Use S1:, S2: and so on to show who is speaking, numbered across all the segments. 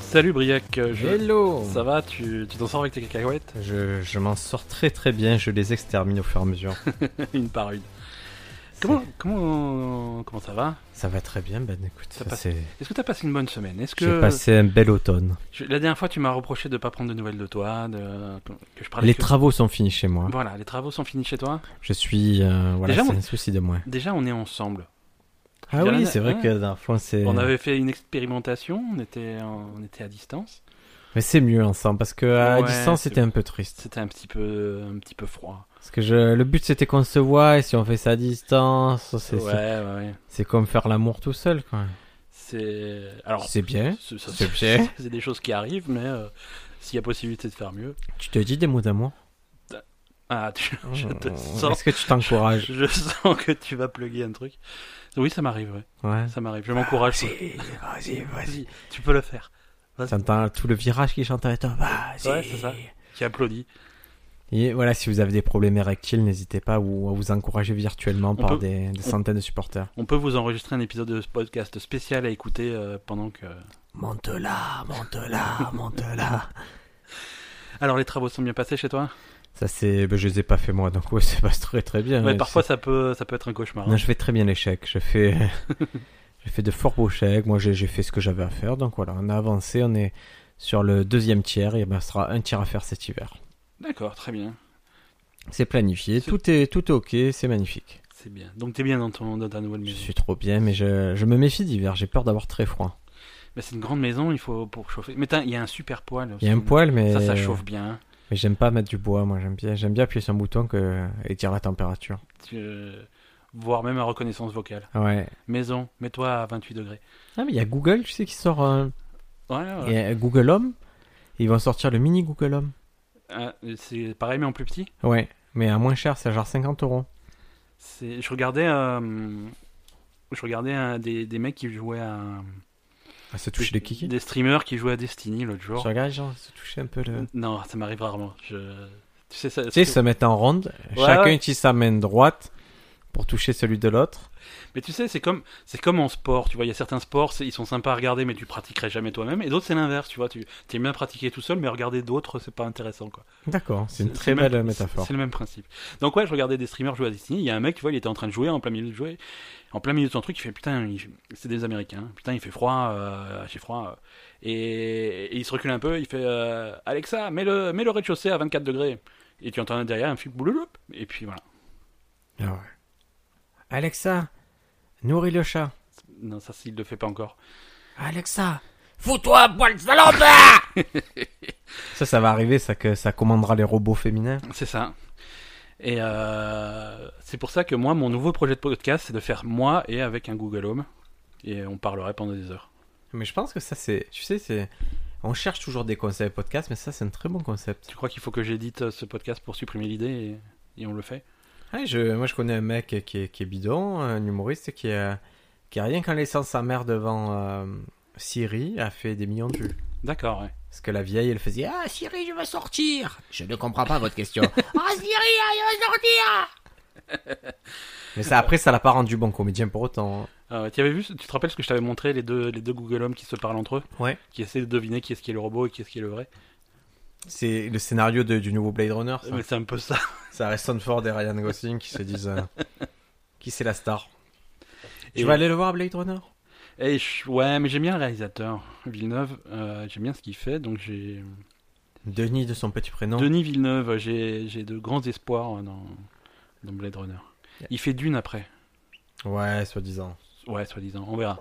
S1: Salut Briac, euh, je-
S2: Hello
S1: ça va Tu tu t'en sors avec tes cacahuètes
S2: Je, je m'en sors très très bien, je les extermine au fur et à mesure.
S1: Une par une. Comment, comment, comment ça va
S2: Ça va très bien, Ben écoute,
S1: Ça
S2: ça,
S1: passe.
S2: c'est-
S1: Est-ce que t'as passé une bonne semaine Est-ce
S2: j'ai
S1: que
S2: passé un bel automne.
S1: je- la dernière fois tu m'as reproché de pas prendre de nouvelles de toi, de- que je parlais
S2: Les
S1: que-
S2: travaux hein. sont finis chez moi.
S1: Voilà, les travaux sont finis chez toi.
S2: Je suis... euh, voilà,
S1: Déjà,
S2: c'est
S1: on-
S2: un souci de moi.
S1: Déjà, on est ensemble.
S2: Ah
S1: dirais,
S2: oui, c'est vrai
S1: ouais.
S2: que dans le fond, c'est...
S1: On avait fait une expérimentation, on était, en- on était à distance.
S2: Mais c'est mieux ensemble, parce que à
S1: Ouais,
S2: distance,
S1: c'est-
S2: c'était un peu triste.
S1: C'était un petit peu, un petit peu froid.
S2: Parce que je... le but, c'était qu'on se voit, et si on fait ça à distance, c'est
S1: Ouais, ouais, ouais.
S2: c'est comme faire l'amour tout seul, quoi.
S1: C'est alors.
S2: C'est bien,
S1: c'est- ça-
S2: c'est bien.
S1: c'est des choses qui arrivent, mais euh, s'il y a possibilité de faire mieux.
S2: Tu te dis des mots d'amour Euh,
S1: Ah, tu- je te sens.
S2: Est-ce que tu t'encourages
S1: Je sens que tu vas plugger un truc. Oui, ça m'arrive, ouais.
S2: Ouais.
S1: Ça m'arrive. Je m'encourage.
S2: vas-y,
S1: Vas-y, tu peux le faire.
S2: T'entends tout le virage qui chante avec toi. Vas-y.
S1: Ouais, c'est ça. Qui applaudit.
S2: Et voilà, si vous avez des problèmes érectiles, n'hésitez pas à vous, à vous encourager virtuellement par
S1: peut-
S2: des, des centaines de supporters.
S1: On peut vous enregistrer un épisode de ce podcast spécial à écouter euh, pendant que.
S2: Monte là, monte là, monte là.
S1: Alors, les travaux sont bien passés chez toi
S2: Ça c'est, ben, je les ai pas fait moi, donc ouais, c'est pas très très bien.
S1: Ouais,
S2: Je-
S1: parfois ça peut, ça peut être un cauchemar. hein.
S2: non, je fais très bien les chèques. Je fais, j'ai fait de fort beaux chèques. Moi, j'ai j'ai fait ce que j'avais à faire, donc voilà, on a avancé, on est sur le deuxième tiers, et ben, il restera un tiers à faire cet hiver.
S1: D'accord, très bien.
S2: C'est planifié,
S1: C'est-
S2: tout est tout est ok, c'est magnifique.
S1: C'est bien. Donc, t'es bien dans, ton, dans ta nouvelle
S2: Je
S1: maison.
S2: suis trop bien, mais je, je me méfie d'hiver, j'ai peur d'avoir très froid.
S1: Mais c'est une grande maison, il faut pour chauffer. Mais t'as- il y a un super poêle aussi.
S2: Il y a un poil, mais,
S1: Ça, ça chauffe bien. hein.
S2: mais j'aime pas mettre du bois, moi j'aime bien, j'aime bien appuyer sur un bouton que... et dire la température.
S1: Tu- euh, Voire même à reconnaissance vocale.
S2: Ah Ouais.
S1: Maison, mets-toi à 28 degrés.
S2: Ah mais il y a Google, tu sais, qui sort un...
S1: Ouais,
S2: il
S1: ouais.
S2: y a Google Home, ils vont sortir le mini Google Home.
S1: Ah, c'est pareil, mais en plus petit.
S2: Ouais, mais à moins cher, c'est genre 50 euros.
S1: C'est... Je regardais, euh, je regardais euh, des, des mecs qui jouaient à.
S2: Ah, se toucher
S1: des,
S2: les kikis
S1: Des streamers qui jouaient à Destiny l'autre
S2: Je
S1: jour.
S2: regarde, genre, se toucher un peu le...
S1: Non, ça m'arrive rarement. Je... Tu sais, ça,
S2: Tu sais, se mettre en ronde,
S1: Ouais,
S2: chacun
S1: ouais.
S2: utilise sa main droite pour toucher celui de l'autre.
S1: Mais tu sais, c'est comme, c'est comme en sport, tu vois, il y a certains sports, c'est- ils sont sympas à regarder, mais tu pratiquerais jamais toi-même, et d'autres c'est l'inverse, tu vois, tu aimes bien pratiquer tout seul, mais regarder d'autres, c'est pas intéressant, quoi.
S2: D'accord, c'est une
S1: C'est-
S2: très
S1: c'est le même-
S2: belle métaphore.
S1: C'est le même principe. Donc ouais, je regardais des streamers jouer à Destiny, il y a un mec, tu vois, il était en train de jouer, en plein milieu de jouer, en plein milieu de son truc, il fait, putain, il- c'est des Américains, hein. putain, il fait froid, euh, j'ai froid, euh. et, et il se recule un peu, il fait, euh, Alexa, mets le, mets le rez-de-chaussée à 24 degrés, et tu entends derrière un film bouloulou, et puis voilà.
S2: Ah ouais. Alexa, nourris le chat.
S1: Non, ça, il le fait pas encore.
S2: Alexa, fous-toi, poil Ça, ça va arriver, ça, que ça commandera les robots féminins.
S1: C'est ça. Et euh, c'est pour ça que moi, mon nouveau projet de podcast, c'est de faire moi et avec un Google Home. Et on parlerait pendant des heures.
S2: Mais je pense que ça, c'est. Tu sais, c'est. On cherche toujours des conseils podcast, mais ça, c'est un très bon concept.
S1: Tu crois qu'il faut que j'édite euh, ce podcast pour supprimer l'idée et, et on le fait
S2: Ah, je, moi, je connais un mec qui est, qui est bidon, un humoriste qui, a, qui a rien qu'en laissant sa mère devant euh, Siri, a fait des millions de vues.
S1: D'accord, ouais.
S2: Parce que la vieille, elle faisait Ah, Siri, je veux sortir Je ne comprends pas votre question.
S3: Ah, Siri, elle va sortir
S2: mais ça, après, ça l'a pas rendu bon comédien pour autant. hein.
S1: Euh, tu avais vu, ce- tu te rappelles ce que je t'avais montré, les deux, les deux Google Home qui se parlent entre eux
S2: Ouais.
S1: Qui essaient de deviner qui est-ce qui est le robot et qui est-ce qui est le vrai
S2: C'est le scénario de- du nouveau Blade Runner, ça.
S1: Mais c'est un peu ça.
S2: Ça Harrison Ford et Ryan Gosling qui se disent euh, qui c'est la star.
S1: Et-
S2: Tu vas aller le voir Blade Runner
S1: Et je- ouais, mais j'aime bien le réalisateur, Villeneuve. euh, j'aime bien ce qu'il fait, donc j'ai...
S2: Denis de son petit prénom.
S1: Denis Villeneuve, j'ai j'ai de grands espoirs euh, dans, dans Blade Runner. Il fait Dune après.
S2: Ouais, soi-disant.
S1: Ouais, soi-disant, on verra.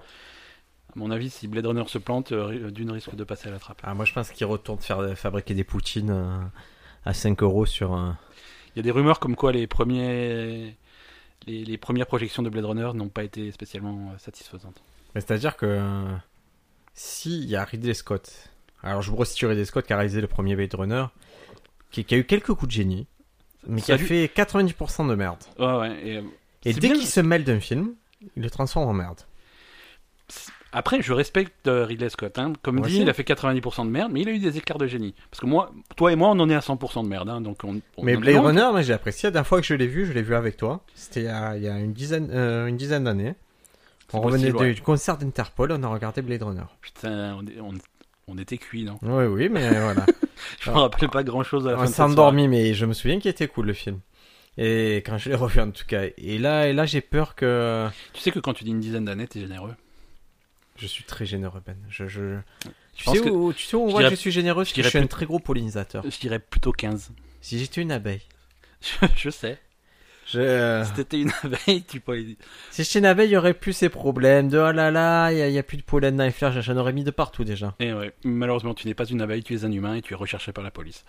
S1: À mon avis, si Blade Runner se plante, euh, ri- Dune risque de passer à la trappe.
S2: Ah, moi je pense qu'il retourne faire fabriquer des poutines euh, à 5 euros sur euh, un.
S1: Il y a des rumeurs comme quoi les premiers. Les, les premières projections de Blade Runner n'ont pas été spécialement euh, satisfaisantes.
S2: Mais c'est-à-dire que euh, si il y a Ridley Scott. Alors je vous resitue Ridley Scott qui a réalisé le premier Blade Runner, qui, qui a eu quelques coups de génie, mais qui a
S1: Salut.
S2: fait 90% de merde.
S1: Ouais, ouais. et, euh,
S2: Et
S1: c'est
S2: dès
S1: bien.
S2: qu'il se mêle d'un film, il le transforme en merde.
S1: Après, je respecte euh, Ridley Scott. hein. Comme
S2: Moi
S1: dit,
S2: aussi.
S1: il a fait 90% de merde, mais il a eu des écarts de génie. Parce que moi, toi et moi, on en est à 100% de merde. hein, donc on, on
S2: Mais
S1: en est
S2: Blade
S1: loin.
S2: Runner, moi j'ai apprécié. La dernière fois que je l'ai vu, je l'ai vu avec toi. C'était il y a, il y a une dizaine, euh, une dizaine d'années.
S1: C'est
S2: On
S1: possible,
S2: revenait de-
S1: ouais.
S2: du concert d'Interpol, on a regardé Blade Runner.
S1: Putain, on, est- on- On était cuit, non
S2: Oui, oui, mais voilà.
S1: Je me rappelle pas grand chose à la fin.
S2: On
S1: de cette
S2: s'est endormi, mais je me souviens qu'il était cool le film. Et quand je l'ai revu en tout cas. Et là, et là j'ai peur que.
S1: soirée. Tu sais que quand tu dis une dizaine d'années, t'es généreux.
S2: Je suis très généreux, Ben. Je, je...
S1: Je
S2: Tu,
S1: pense
S2: sais
S1: que
S2: où, tu sais où on
S1: je
S2: voit
S1: dirais-
S2: que je suis généreux
S1: je
S2: Je, je
S1: dirais
S2: suis un
S1: plus-
S2: très gros pollinisateur.
S1: je dirais plutôt 15.
S2: Si j'étais une abeille.
S1: Je, je sais.
S2: Je... euh,
S1: Si t'étais une abeille, tu pourrais.
S2: Si j'étais une abeille, il y aurait plus ces problèmes de oh là là, il n'y a, plus de pollen dans les fleurs, j'en aurais mis de partout déjà.
S1: Et Eh ouais, malheureusement, tu n'es pas une abeille, tu es un humain et tu es recherché par la police.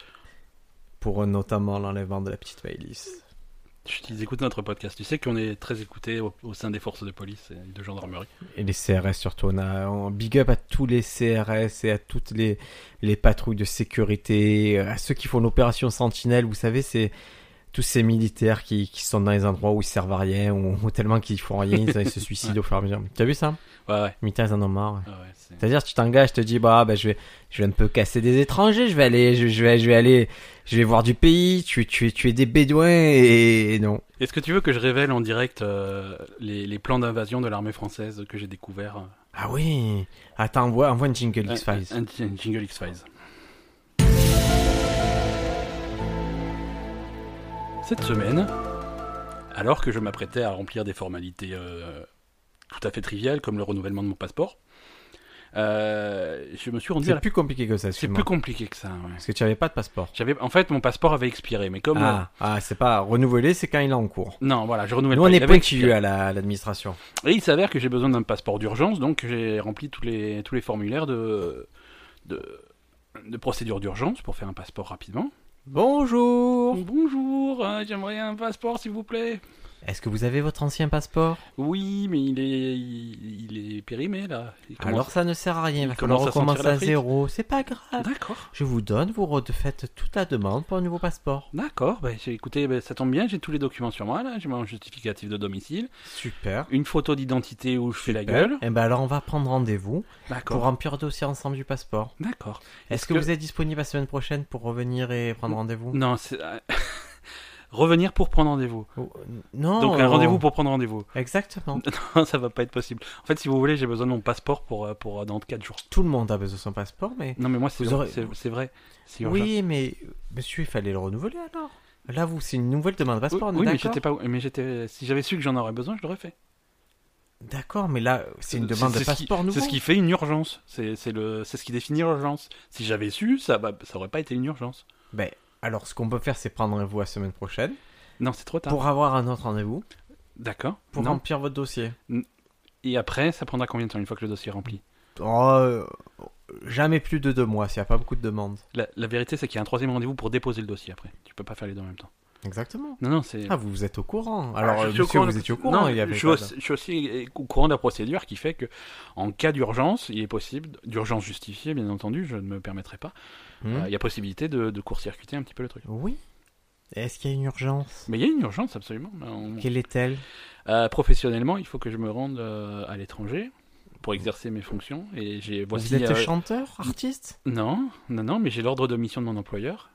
S2: Pour euh, notamment l'enlèvement de la petite Maëlys.
S1: Ils écoutent notre podcast. Tu sais qu'on est très écoutés au, au sein des forces de police et de gendarmerie.
S2: Et les CRS surtout, on a on big up à tous les CRS et à toutes les, les patrouilles de sécurité, euh, à ceux qui font l'opération Sentinelle, vous savez, c'est tous ces militaires qui, qui sont dans les endroits où ils servent à rien, ou, ou tellement qu'ils font rien, ils, ils se suicident au fur et à mesure. T'as vu ça
S1: Ouais, ouais.
S2: Les militaires, ils en ont marre. ouais.
S1: Ah ouais, ouais, c'est-
S2: C'est-à-dire, tu t'engages, tu te dis, bah, bah, je vais, je vais un peu casser des étrangers, je vais aller, je, je vais, je vais aller, je vais voir du pays, tu, tu, tu es des bédouins, et, et non.
S1: Est-ce que tu veux que je révèle en direct euh, les, les plans d'invasion de l'armée française que j'ai découvert euh,
S2: Ah oui. Attends, envoie, envoie une jingle X-Files.
S1: Un, un- un jingle X-Files. Cette semaine, alors que je m'apprêtais à remplir des formalités euh, tout à fait triviales comme le renouvellement de mon passeport, euh, je me suis rendu à
S2: C'est
S1: la...
S2: plus compliqué que ça,
S1: C'est
S2: excuse-moi.
S1: plus compliqué que ça. ouais.
S2: Parce que tu n'avais pas de passeport.
S1: J'avais, en fait, mon passeport avait expiré, mais comme euh,
S2: Ah, ah, c'est pas renouvelé, c'est quand il est en cours.
S1: non, voilà, je renouvelle
S2: Nous,
S1: pas.
S2: on
S1: il
S2: est hein.
S1: avait
S2: pointilleux
S1: expiré.
S2: à la- à l'administration.
S1: Et il s'avère que j'ai besoin d'un passeport d'urgence, donc j'ai rempli tous les, tous les formulaires de, de, de procédure d'urgence pour faire un passeport rapidement. Oh,
S2: Bonjour.
S1: Bonjour, euh, j'aimerais un passeport s'il vous plaît.
S2: Est-ce que vous avez votre ancien passeport
S1: Oui, mais il est, il, il est périmé là. Il commence-
S2: Alors ça ne sert à rien, il va
S1: Il
S2: falloir
S1: commence à sentir
S2: recommencer à
S1: l'Afrique.
S2: zéro. C'est pas grave.
S1: Ah, D'accord,
S2: Je vous donne, vous refaites toute la demande pour un nouveau passeport.
S1: d'accord. Bah, j'ai- écoutez, bah, ça tombe bien, j'ai tous les documents sur moi là. J'ai mon justificatif de domicile,
S2: Super.
S1: une photo d'identité où je fais la
S2: Et
S1: gueule.
S2: ben alors on va prendre rendez-vous pour
S1: D'accord,
S2: remplir le dossier ensemble du passeport.
S1: d'accord.
S2: Est-ce que, vous êtes disponible la semaine prochaine pour revenir et prendre rendez-vous
S1: Non, c'est euh, revenir pour prendre rendez-vous.
S2: Oh, euh, Non.
S1: Donc un rendez-vous pour prendre rendez-vous. Oh.
S2: Exactement.
S1: Non, ça va pas être possible. En fait, si vous voulez, j'ai besoin de mon passeport pour euh, pour euh, dans 4 jours.
S2: Tout le monde a besoin de son passeport, mais
S1: Non, mais moi c'est
S2: Vous aurez-
S1: c'est- c'est vrai. C'est urgent.
S2: Oui, mais monsieur, il fallait le renouveler alors. Là, vous, c'est une nouvelle demande de passeport, on
S1: oui,
S2: est
S1: mais
S2: d'accord
S1: j'étais pas. Mais j'étais. Si j'avais su que j'en aurais besoin, je l'aurais fait.
S2: D'accord, mais là, c'est une demande de
S1: ce qui-
S2: passeport nouveau.
S1: C'est ce qui fait une urgence. C'est c'est le, c'est ce qui définit l'urgence. Si j'avais su, ça, bah, ça aurait pas été une urgence.
S2: Ben, alors, ce qu'on peut faire, c'est prendre rendez-vous la semaine prochaine
S1: Non, c'est trop tard.
S2: pour avoir un autre rendez-vous
S1: D'accord.
S2: pour
S1: Non.
S2: remplir votre dossier.
S1: Et après, ça prendra combien de temps une fois que le dossier est rempli
S2: Oh, euh, jamais plus de deux mois s'il n'y a pas beaucoup de demandes.
S1: la, la vérité, c'est qu'il y a un troisième rendez-vous pour déposer le dossier après. Tu peux pas faire les deux en même temps.
S2: Exactement.
S1: Non, non, c'est.
S2: Ah, vous, vous êtes au courant.
S1: je
S2: Alors,
S1: suis au
S2: monsieur,
S1: courant de-
S2: vous étiez au courant.
S1: Non,
S2: il y avait
S1: je, suis
S2: pas
S1: aussi, je suis aussi au courant de la procédure qui fait que, en cas d'urgence, il est possible, d'urgence justifiée, bien entendu, je ne me permettrai pas,
S2: de- Hmm
S1: euh, il y a possibilité de, de court-circuiter un petit peu le truc.
S2: Oui. Est-ce qu'il y a une urgence
S1: Mais il y a une urgence, absolument. On-
S2: Quelle est-elle
S1: Euh, professionnellement, il faut que je me rende euh, à l'étranger pour exercer mes fonctions. Et j'ai voici.
S2: Vous êtes
S1: euh,
S2: chanteur, artiste
S1: non, non, non, mais j'ai l'ordre de mission de mon employeur.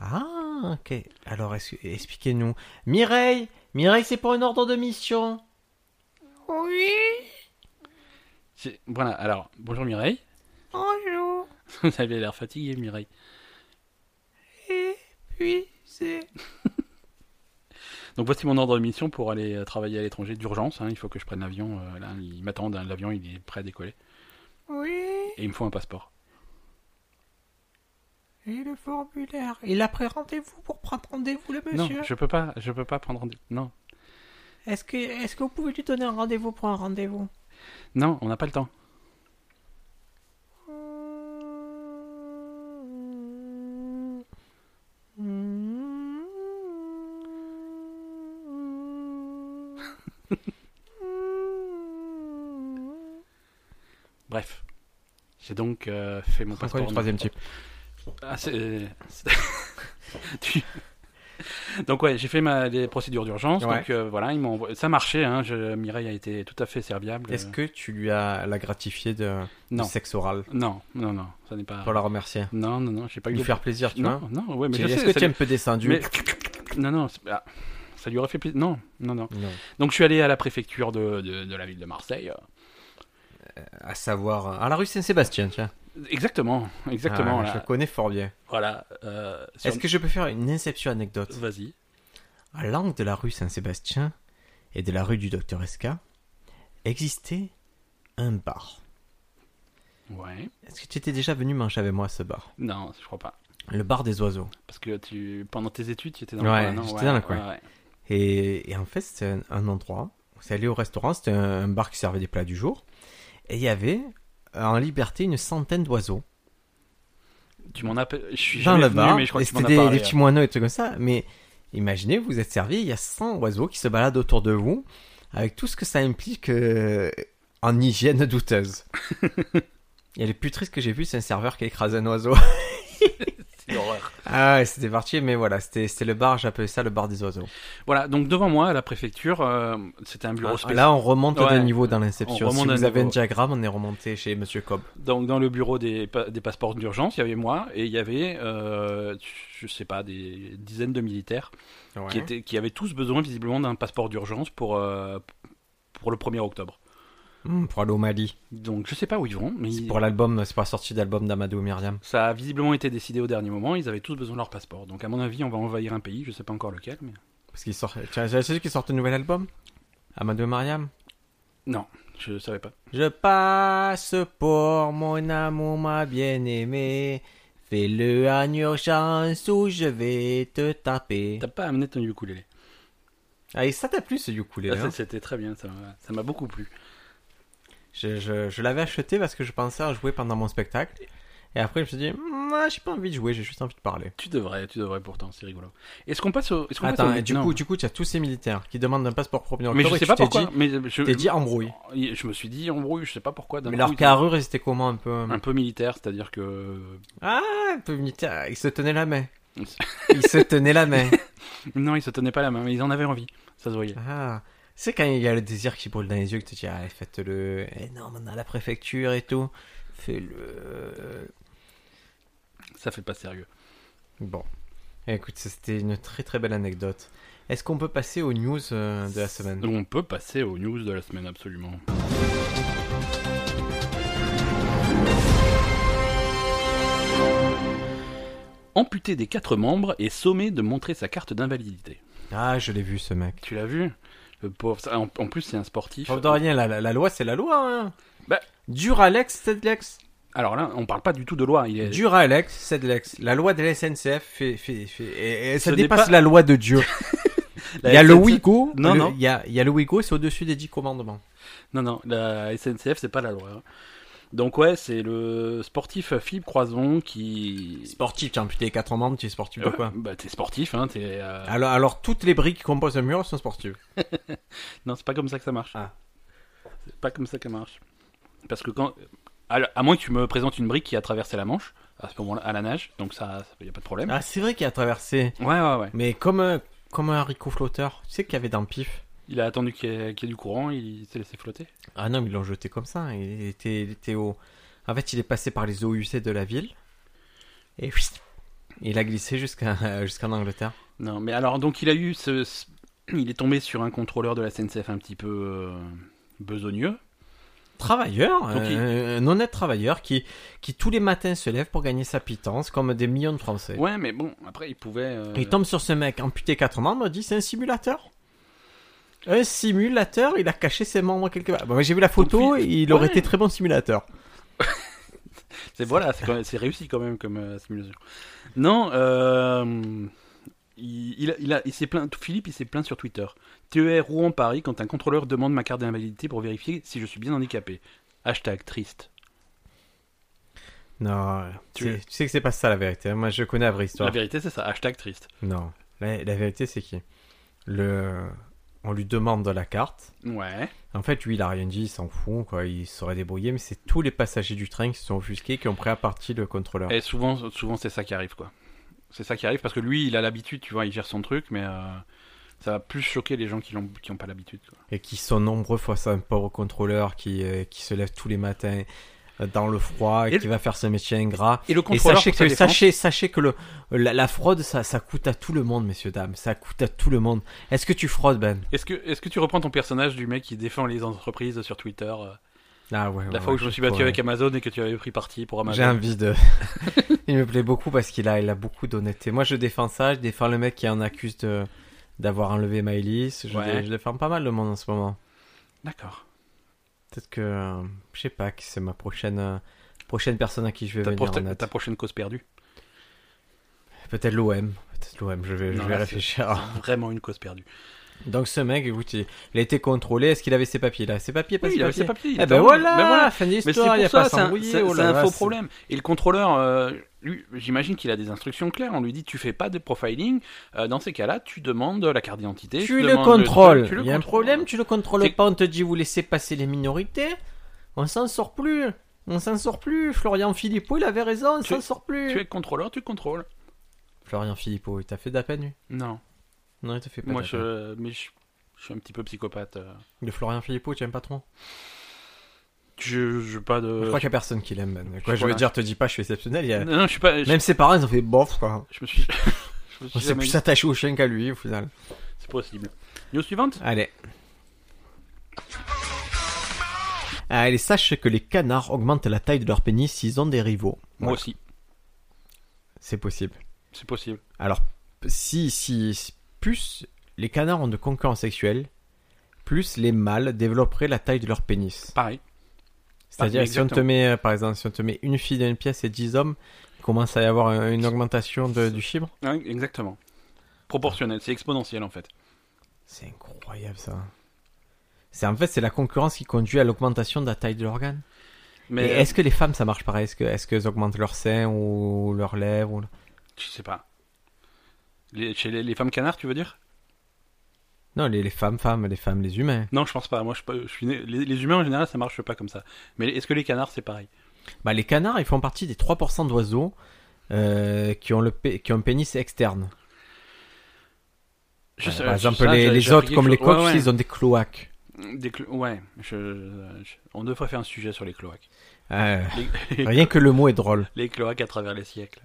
S2: Ah, ok. Alors, est-ce- expliquez-nous. Mireille Mireille, c'est pour une ordre de mission.
S3: Oui,
S1: C'est- Voilà. Alors, bonjour Mireille.
S3: bonjour.
S1: Vous avez l'air fatiguée, Mireille.
S3: Et puis c'est
S1: Donc voici mon ordre de mission pour aller euh, travailler à l'étranger d'urgence. hein. Il faut que je prenne l'avion. euh, là, ils m'attendent. hein, L'avion, il est prêt à décoller.
S3: oui.
S1: Et il me faut un passeport.
S3: Et le formulaire. Il a pris rendez-vous pour prendre rendez-vous le monsieur.
S1: Non, je peux pas. Je peux pas prendre. rendez- Non,
S3: Est-ce que est-ce que vous pouvez lui donner un rendez-vous pour un rendez-vous
S1: non, on n'a pas le temps. Bref. J'ai donc euh, fait mon
S2: Pourquoi
S1: passeport.
S2: le troisième type
S1: Ah, c'est- c'est- Tu- Donc ouais, j'ai fait ma... les procédures d'urgence.
S2: Ouais.
S1: Donc euh, voilà, ils m'ont envoyé- ça marchait. Hein, je- Mireille a été tout à fait serviable.
S2: Est-ce
S1: Euh,
S2: que tu lui as la gratifié de du
S1: non.
S2: sexe oral
S1: non, non, non, ça n'est pas.
S2: pour la remercier
S1: Non, non, non, j'ai pas eu.
S2: Lui
S1: de-
S2: faire plaisir, tu
S1: Non,
S2: vois
S1: non, ouais, mais
S2: Tu-
S1: je sais,
S2: Est-ce que
S1: ça
S2: tu es un
S1: lui-
S2: peu descendu
S1: Mais- Non, non, c'est- ah, ça lui aurait fait plaisir. Non, non, non.
S2: Non.
S1: Donc je suis allé à la préfecture de, de, de la ville de Marseille.
S2: euh, À savoir, à la rue Saint-Sébastien, tiens.
S1: Exactement, exactement.
S2: Ah,
S1: là.
S2: je connais fort bien.
S1: Voilà. euh, sur-
S2: Est-ce que je peux faire une inception anecdote
S1: Vas-y.
S2: À l'angle de la rue Saint-Sébastien et de la rue du Docteur Esca existait un bar.
S1: Ouais.
S2: Est-ce que tu étais déjà venu manger avec moi à ce bar
S1: Non, je crois pas.
S2: Le bar des oiseaux.
S1: Parce que tu, pendant tes études, tu étais dans
S2: Ouais,
S1: le coin. non
S2: j'étais dans le coin.
S1: ouais, ouais.
S2: Et, et en fait, c'était un, un endroit. On s'est allé au restaurant, c'était un, un bar qui servait des plats du jour. Et il y avait euh, en liberté une centaine d'oiseaux
S1: Tu m'en appelles. Je suis
S2: dans
S1: jamais
S2: le
S1: venu,
S2: bar.
S1: mais je crois
S2: et
S1: que tu m'en
S2: c'était
S1: as
S2: des,
S1: parlé. hein,
S2: des petits moineaux et tout comme ça. Mais imaginez, vous êtes servi, il y a 100 oiseaux qui se baladent autour de vous, avec tout ce que ça implique euh, en hygiène douteuse. Et le plus triste que j'ai vu, c'est un serveur qui écrase un oiseau.
S1: C'est l'horreur.
S2: Ah ouais, c'était parti, mais voilà, c'était c'était le bar, j'appelais ça le bar des oiseaux.
S1: Voilà, donc devant moi, à la préfecture, euh, c'était un bureau
S2: Ah,
S1: spécial.
S2: Là, on remonte
S1: Ouais,
S2: d'un niveau dans l'inception.
S1: on
S2: Si
S1: remonte d'un
S2: vous avez
S1: niveau.
S2: un diagramme, on est remonté chez Monsieur Cobb.
S1: Donc dans le bureau des, pa- des passeports d'urgence, il y avait moi et il y avait, euh, je sais pas, des dizaines de militaires qui, étaient, qui avaient tous besoin visiblement d'un passeport d'urgence pour, euh, pour le 1er octobre.
S2: Hmm, pour aller au Mali.
S1: Donc je sais pas où ils vont, mais
S2: C'est
S1: ils-
S2: pour l'album, c'est pour la sortie d'album d'Amadou Myriam.
S1: ça a visiblement été décidé au dernier moment, ils avaient tous besoin de leur passeport. Donc à mon avis, on va envahir un pays, je sais pas encore lequel, mais...
S2: Parce qu'il sort. Tu as tu as su qu'il sort un nouvel album Amadou Mariam
S1: Non, je savais pas.
S2: Je passe pour mon amour, ma bien-aimée. Fais-le en urgence ou je vais te taper.
S1: T'as pas amené ton ukulélé.
S2: Ah, et ça t'a plu ce ukulélé
S1: Ah,
S2: hein
S1: ça, C'était très bien, ça m'a- ça m'a beaucoup plu.
S2: Je, je- je l'avais acheté parce que je pensais à jouer pendant mon spectacle. Et après, je me suis dit, Hmm, ah, j'ai pas envie de jouer, j'ai juste envie de parler.
S1: Tu devrais, tu devrais pourtant, c'est rigolo. Est-ce qu'on passe au... est-ce qu'on passe
S2: Attends,
S1: au-
S2: et du
S1: non.
S2: coup, du coup, tu as tous ces militaires qui demandent un passeport pour 1er octobre.
S1: Mais je
S2: et
S1: sais
S2: tu
S1: pas
S2: t'es
S1: pourquoi.
S2: dit-
S1: mais je,
S2: T'es dit embrouille.
S1: je me suis dit embrouille, je sais pas pourquoi. d'un
S2: Mais
S1: coup,
S2: leur
S1: ils-
S2: carrure, c'était comment un peu
S1: un peu militaire, c'est-à-dire que
S2: Ah, un peu militaire. Ils se tenaient la main.
S1: Ils se-
S2: Ils se tenaient la main.
S1: non, ils se tenaient pas la main, mais ils en avaient envie, ça se voyait.
S2: Ah. C'est quand il y a le désir qui brûle dans les yeux que tu te dis, allez, faites-le. Eh non, mais on est à la préfecture et tout. Fais-le.
S1: Ça fait pas sérieux.
S2: Bon. Écoute, ça, c'était une très très belle anecdote. Est-ce qu'on peut passer aux news euh, de la semaine
S1: Donc on peut passer aux news de la semaine absolument. Amputé des quatre membres et sommé de montrer sa carte d'invalidité.
S2: Ah, je l'ai vu ce mec.
S1: Tu l'as vu Le pauvre. ça- En en plus, c'est un sportif.
S2: Pauvre de rien, la, la- la loi, c'est la loi. Hein.
S1: Bah.
S2: Dur Alex, c'est de l'ex.
S1: Alors là, on parle pas du tout de loi. Il est...
S2: Dur à Alex, c'est de l'ex. La loi de la SNCF fait, fait, fait- et- et ça
S1: Ce n'est
S2: dépasse
S1: pas-
S2: la loi de Dieu.
S1: la
S2: il y a le
S1: SNCF
S2: Ouigo.
S1: Non,
S2: le-
S1: non.
S2: Il y a, il y a le Ouigo, c'est au-dessus des 10 commandements.
S1: Non, non, la SNCF, c'est pas la loi. hein. Donc, ouais, c'est le sportif Philippe Croison qui.
S2: Sportif, tu as amputé les 4 membres, tu es sportif de
S1: Ouais,
S2: quoi
S1: Bah, t'es sportif, hein, t'es. euh,
S2: alors, alors, toutes les briques qui composent un mur sont sportives.
S1: Non, c'est pas comme ça que ça marche.
S2: Ah.
S1: C'est pas comme ça que ça marche. Parce que quand. À, à moins que tu me présentes une brique qui a traversé la Manche, à ce moment-là, à la nage, donc ça, ça y a pas de problème.
S2: Ah, c'est vrai qu'il a traversé.
S1: Ouais, ouais, ouais.
S2: Mais comme un, comme un haricot flotteur, tu sais qu'il y avait dans le pif.
S1: Il a attendu qu'il y ait, qu'il y ait du courant, il s'est laissé flotter.
S2: Ah non, mais ils l'ont jeté comme ça. hein. Il était, il était au. En fait, il est passé par les OUC de la ville. Et il a glissé jusqu'à euh, jusqu'en Angleterre.
S1: Non, mais alors, donc il a eu ce. ce- Il est tombé sur un contrôleur de la SNCF un petit peu euh, besogneux.
S2: Travailleur,
S1: Donc,
S2: un-
S1: il-
S2: un, honnête travailleur qui, qui tous les matins se lève pour gagner sa pitance comme des millions de Français.
S1: Ouais, mais bon, après, il pouvait. euh,
S2: Il tombe sur ce mec amputé quatre membres, dit c'est un simulateur. Un simulateur, il a caché ses membres quelque part. Bon, J'ai vu la photo,
S1: Donc, il-
S2: il aurait
S1: ouais.
S2: été très bon simulateur.
S1: C'est voilà, c'est quand même- c'est réussi quand même comme euh, simulation. Non, euh, il, il, a- il, a- il s'est plaint. Philippe, il s'est plaint sur Twitter. TER Rouen Paris quand un contrôleur demande ma carte d'invalidité pour vérifier si je suis bien handicapé. Hashtag triste.
S2: Non,
S1: Tu-
S2: c'est- tu sais que c'est pas ça la vérité. hein. Moi, je connais la vraie histoire.
S1: La vérité, c'est ça. Hashtag triste.
S2: Non, la, la vérité c'est qui Le, on lui demande la carte.
S1: Ouais.
S2: En fait, lui, il a rien dit, il s'en fout, quoi. Il serait débrouillé, mais c'est tous les passagers du train qui se sont offusqués, qui ont pris à partie le contrôleur.
S1: Et souvent, souvent c'est ça qui arrive quoi. C'est ça qui arrive parce que lui, il a l'habitude, tu vois, il gère son truc, mais euh, ça va plus choquer les gens qui l'ont, qui ont pas l'habitude. quoi.
S2: et qui sont nombreux face à un pauvre contrôleur qui, euh, qui se lève tous les matins euh, dans le froid et,
S1: Et
S2: qui va faire ce métier ingrat.
S1: Et le
S2: Et
S1: contrôleur,
S2: sachez
S1: pour sa
S2: que,
S1: défense-
S2: sachez, sachez que le, la, la fraude, ça, ça coûte à tout le monde, messieurs, dames. Ça coûte à tout le monde. Est-ce que tu fraudes, Ben
S1: Est-ce que, est-ce que tu reprends ton personnage du mec qui défend les entreprises sur Twitter euh,
S2: Ah ouais,
S1: La
S2: ouais,
S1: fois où
S2: ouais,
S1: je me suis battu
S2: pourrais.
S1: avec Amazon et que tu avais pris parti pour
S2: J'ai
S1: Amazon.
S2: envie de. il me plaît beaucoup parce qu'il a, il a beaucoup d'honnêteté. Moi, je défends ça. Je défends le mec qui en accuse de d'avoir enlevé Mylis. Je,
S1: Ouais.
S2: dé- je défends pas mal le monde en ce moment.
S1: D'accord.
S2: Peut-être que euh, je sais pas, que c'est ma prochaine euh, prochaine personne à qui je vais
S1: Ta,
S2: venir
S1: pro-
S2: en aide.
S1: ta prochaine cause perdue.
S2: Peut-être l'OM. Peut-être l'OM. Je vais, je
S1: Non,
S2: vais
S1: là,
S2: réfléchir.
S1: C'est Vraiment une cause perdue.
S2: Donc ce mec, écoute, il, il a été contrôlé. Est-ce qu'il avait ses papiers là Ses papiers, pas
S1: Oui,
S2: ses
S1: il avait
S2: papiers.
S1: ses papiers. il
S2: Eh
S1: était
S2: ben
S1: en-
S2: voilà,
S1: ben voilà.
S2: fin de
S1: Mais c'est
S2: l'histoire. Il y a
S1: pour ça,
S2: pas à
S1: c'est un,
S2: s'embrouiller,
S1: c'est-
S2: oh
S1: c'est
S2: là
S1: un
S2: là,
S1: faux
S2: c'est-
S1: problème. Et le contrôleur, euh, lui, j'imagine qu'il a des instructions claires. On lui dit tu fais pas de profiling. Euh, dans ces cas-là, tu demandes la carte d'identité.
S2: Tu le
S1: demandes
S2: contrôles.
S1: truc, tu le
S2: Il y a un
S1: contrôles.
S2: problème, tu le contrôles
S1: C'est-
S2: pas. On te dit, vous laissez passer les minorités. On s'en sort plus. On s'en sort plus. Florian Philippot, il avait raison. On
S1: Tu-
S2: s'en sort plus.
S1: Tu es contrôleur, tu contrôles.
S2: Florian Philippot, il t'a fait de la peine, lui.
S1: Non,
S2: Non, il t'a fait pas
S1: moi
S2: de la peine.
S1: je, mais je, je suis un petit peu psychopathe. euh.
S2: Le Florian Philippot, tu aimes pas trop
S1: Je, je pas de.
S2: Je crois qu'il y a personne qui l'aime. man. Quoi,
S1: je
S2: je veux
S1: crois-
S2: dire, te dis pas, je suis exceptionnel. il y a-
S1: Non, non, je suis pas. je-
S2: Même ses parents, ils ont fait bof, quoi.
S1: Je me suis. je me suis
S2: On s'est
S1: jamais
S2: plus
S1: dit.
S2: attaché au chien qu'à lui, au final.
S1: C'est possible. News suivante
S2: Allez. Allez, sache que les canards augmentent la taille de leur pénis s'ils ont des rivaux.
S1: Moi
S2: Voilà.
S1: aussi,
S2: C'est possible.
S1: c'est possible.
S2: Alors, si, si, si- plus les canards ont de concurrence sexuelle, plus les mâles développeraient la taille de leur pénis.
S1: Pareil.
S2: C'est-à-dire, si on te
S1: Ah, exactement.
S2: met, euh, par exemple, si on te met une fille dans une pièce et 10 hommes, il commence à y avoir un- une augmentation de- du chibre.
S1: Ouais, exactement. Proportionnel, c'est exponentiel en fait.
S2: C'est incroyable ça. C'est en fait c'est la concurrence qui conduit à l'augmentation de la taille de l'organe.
S1: Mais euh,
S2: Et est-ce que les femmes ça marche pareil Est-ce que est-ce qu'elles augmentent leur sein ou leurs lèvres ou...
S1: Je sais pas. Les, chez les, les femmes canards, tu veux dire
S2: Non, les, les femmes, femmes, les femmes, les humains.
S1: Non, je pense pas. Moi, je, suis pas- je suis né- les, les humains en général, ça marche pas comme ça. Mais est-ce que les canards, c'est pareil
S2: Bah, les canards, ils font partie des 3% d'oiseaux euh, qui ont le pé- qui ont un pénis externe. Euh,
S1: Je sais-
S2: Par
S1: je-
S2: exemple,
S1: ça,
S2: les,
S1: j'ai-
S2: les
S1: j'ai
S2: autres,
S1: appris
S2: comme les
S1: quelque
S2: coqs,
S1: chose.
S2: ils ont des cloaques.
S1: ouais, ouais. Des clo- ouais, je- je- on devrait faire un sujet sur les cloaques.
S2: Euh,
S1: Les,
S2: rien que le mot est drôle.
S1: les cloaques à travers les siècles.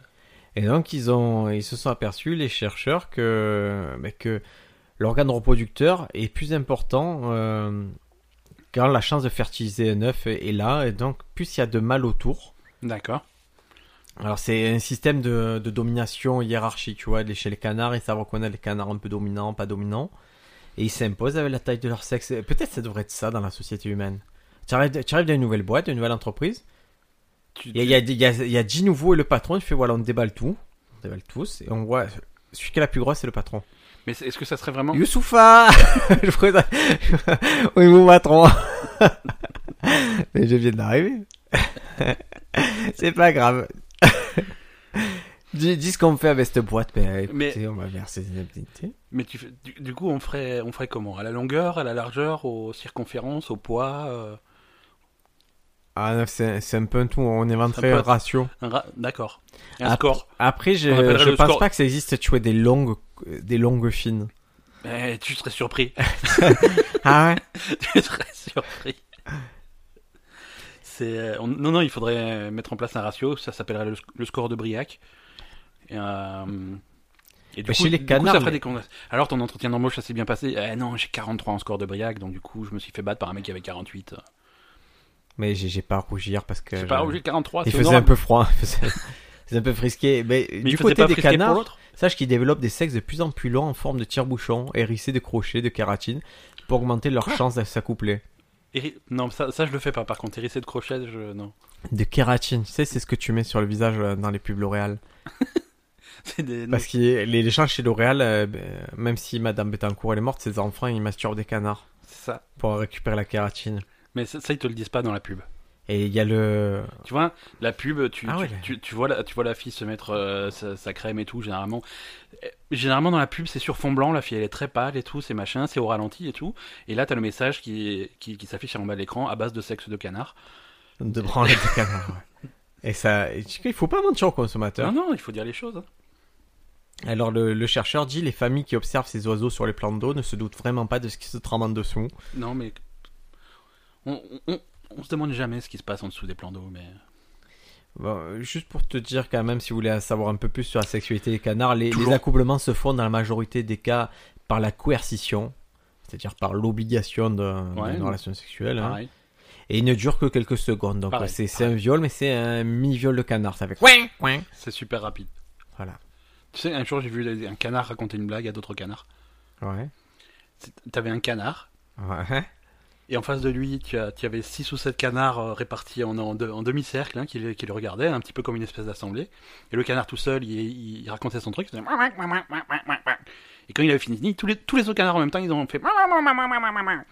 S2: Et donc, ils ont, ils se sont aperçus, les chercheurs, que, bah, que l'organe reproducteur est plus important euh, quand la chance de fertiliser un œuf est est là. Et donc, plus il y a de mâles autour.
S1: D'accord.
S2: Alors, c'est un système de, de domination hiérarchique, tu vois, les- chez les canards, ils savent reconnaître les canards un peu dominants, pas dominants. Et ils s'imposent avec la taille de leur sexe. Et Peut-être ça devrait être ça dans la société humaine. Tu arrives, tu arrives dans une nouvelle boîte, une nouvelle entreprise.
S1: Tu-
S2: Il y a, il y, a, des- il y, a, il y a 10 nouveaux et le patron, il fait voilà, on déballe tout. On déballe tous. Et on voit. Celui qui est la plus grosse, c'est le patron.
S1: Mais c'est- est-ce que ça serait vraiment
S2: Youssoufa Je présente. Oui, mon patron. Mais je viens d'arriver. C'est pas grave. Dis, dis ce qu'on fait avec cette boîte. Ben, écoutez,
S1: Mais-
S2: on va verser des indemnités.
S1: Mais tu fais- du, du coup, on ferait, on ferait comment À la longueur, à la largeur, aux circonférences, au poids euh,
S2: Ah, non, c'est c'est un peu un tout. On
S1: C'est
S2: inventerait
S1: un peu-
S2: un ratio.
S1: un ra- D'accord. Un
S2: Ah,
S1: score.
S2: Après, je,
S1: On appellerait
S2: je
S1: le
S2: pense
S1: score.
S2: pas que ça existe. Tu vois, des longues, des longues fines.
S1: Eh, tu serais surpris.
S2: Ah ouais
S1: tu serais surpris. C'est, euh, on- non, non, il faudrait euh, mettre en place un ratio. Ça s'appellerait le, sc- le score de Briac. Et, euh, et du,
S2: Bah,
S1: coup,
S2: chez les
S1: du coup,
S2: canards,
S1: ça ferait
S2: mais-
S1: des converses. Alors, ton entretien d'embauche, ça s'est bien passé Eh non, j'ai 43 en score de Briac, donc du coup, je me suis fait battre par un mec qui avait 48.
S2: Mais j'ai j'ai pas à rougir parce que.
S1: C'est pas
S2: je-
S1: obligé de 43,
S2: Euh, Il
S1: c'est
S2: faisait un
S1: honorable.
S2: peu froid, il faisait il faisait un peu frisqué. Mais,
S1: Mais
S2: du
S1: il faisait
S2: côté
S1: pas
S2: des
S1: frisquer pour
S2: canards,
S1: l'autre.
S2: sache qu'ils développent des sexes de plus en plus longs en forme de tire-bouchon, hérissés de crochets, de kératine, pour augmenter leur
S1: Quoi
S2: chance de s'accoupler.
S1: Héri- Non, ça, ça, je le fais pas. Par contre, hérisser de crochet, je... non.
S2: De kératine, tu sais, c'est ce que tu mets sur le visage euh, dans les pubs L'Oréal.
S1: C'est des...
S2: Parce que les, les gens chez L'Oréal, euh, ben, même si Madame Bettencourt elle est morte, ses enfants ils masturbent des canards
S1: C'est ça.
S2: pour récupérer la kératine.
S1: Mais ça, ça, ils te le disent pas dans la pub.
S2: Et il y a le.
S1: Tu vois, la pub, tu,
S2: Ah
S1: tu,
S2: ouais.
S1: tu- tu vois, la, tu vois la fille se mettre euh, sa, sa crème et tout, généralement. Euh, Généralement, dans la pub, c'est sur fond blanc, la fille, elle est très pâle et tout, c'est machin, c'est au ralenti et tout. Et là, t'as le message qui, qui, qui s'affiche en bas de l'écran à base de sexe de canard.
S2: de branler des canards. ouais. Et ça, et tu- il faut pas mentir aux consommateurs.
S1: Non, non, il faut dire les choses. hein.
S2: Alors le, le chercheur dit les familles qui observent ces oiseaux sur les plans d'eau ne se doutent vraiment pas de ce qui se trame en dessous.
S1: Non, mais. On, on- on- on se demande jamais ce qui se passe en dessous des plans d'eau, mais.
S2: Bon, euh, juste pour te dire quand même, si vous voulez en savoir un peu plus sur la sexualité des canards, les, les
S1: Toujours.
S2: accouplements se font dans la majorité des cas par la coercition, c'est-à-dire par l'obligation d'un-
S1: Ouais.
S2: d'une relation sexuelle. hein.
S1: Pareil.
S2: et il ne dure que quelques secondes. Donc
S1: Pareil,
S2: c'est c'est
S1: pareil.
S2: un viol, mais c'est un mini-viol de canard. Ça fait quoi
S3: Coin, coin.
S1: C'est super rapide.
S2: Voilà.
S1: Tu sais, un jour, j'ai vu un canard raconter une blague à d'autres canards.
S2: Ouais.
S1: C'est- T'avais un canard,
S2: Ouais.
S1: et en face de lui, tu, as, tu avais 6 ou 7 canards euh, répartis en, en, deux- en demi-cercle hein, qui, le- qui le regardaient, un petit peu comme une espèce d'assemblée. Et le canard tout seul, il, il racontait son truc. il faisait mouah, mouah, mouah, mouah, mouah, mouah. Et quand il avait fini, tous les, tous les autres canards en même temps, ils ont fait. mouah, mouah, mouah, mouah, mouah, mouah.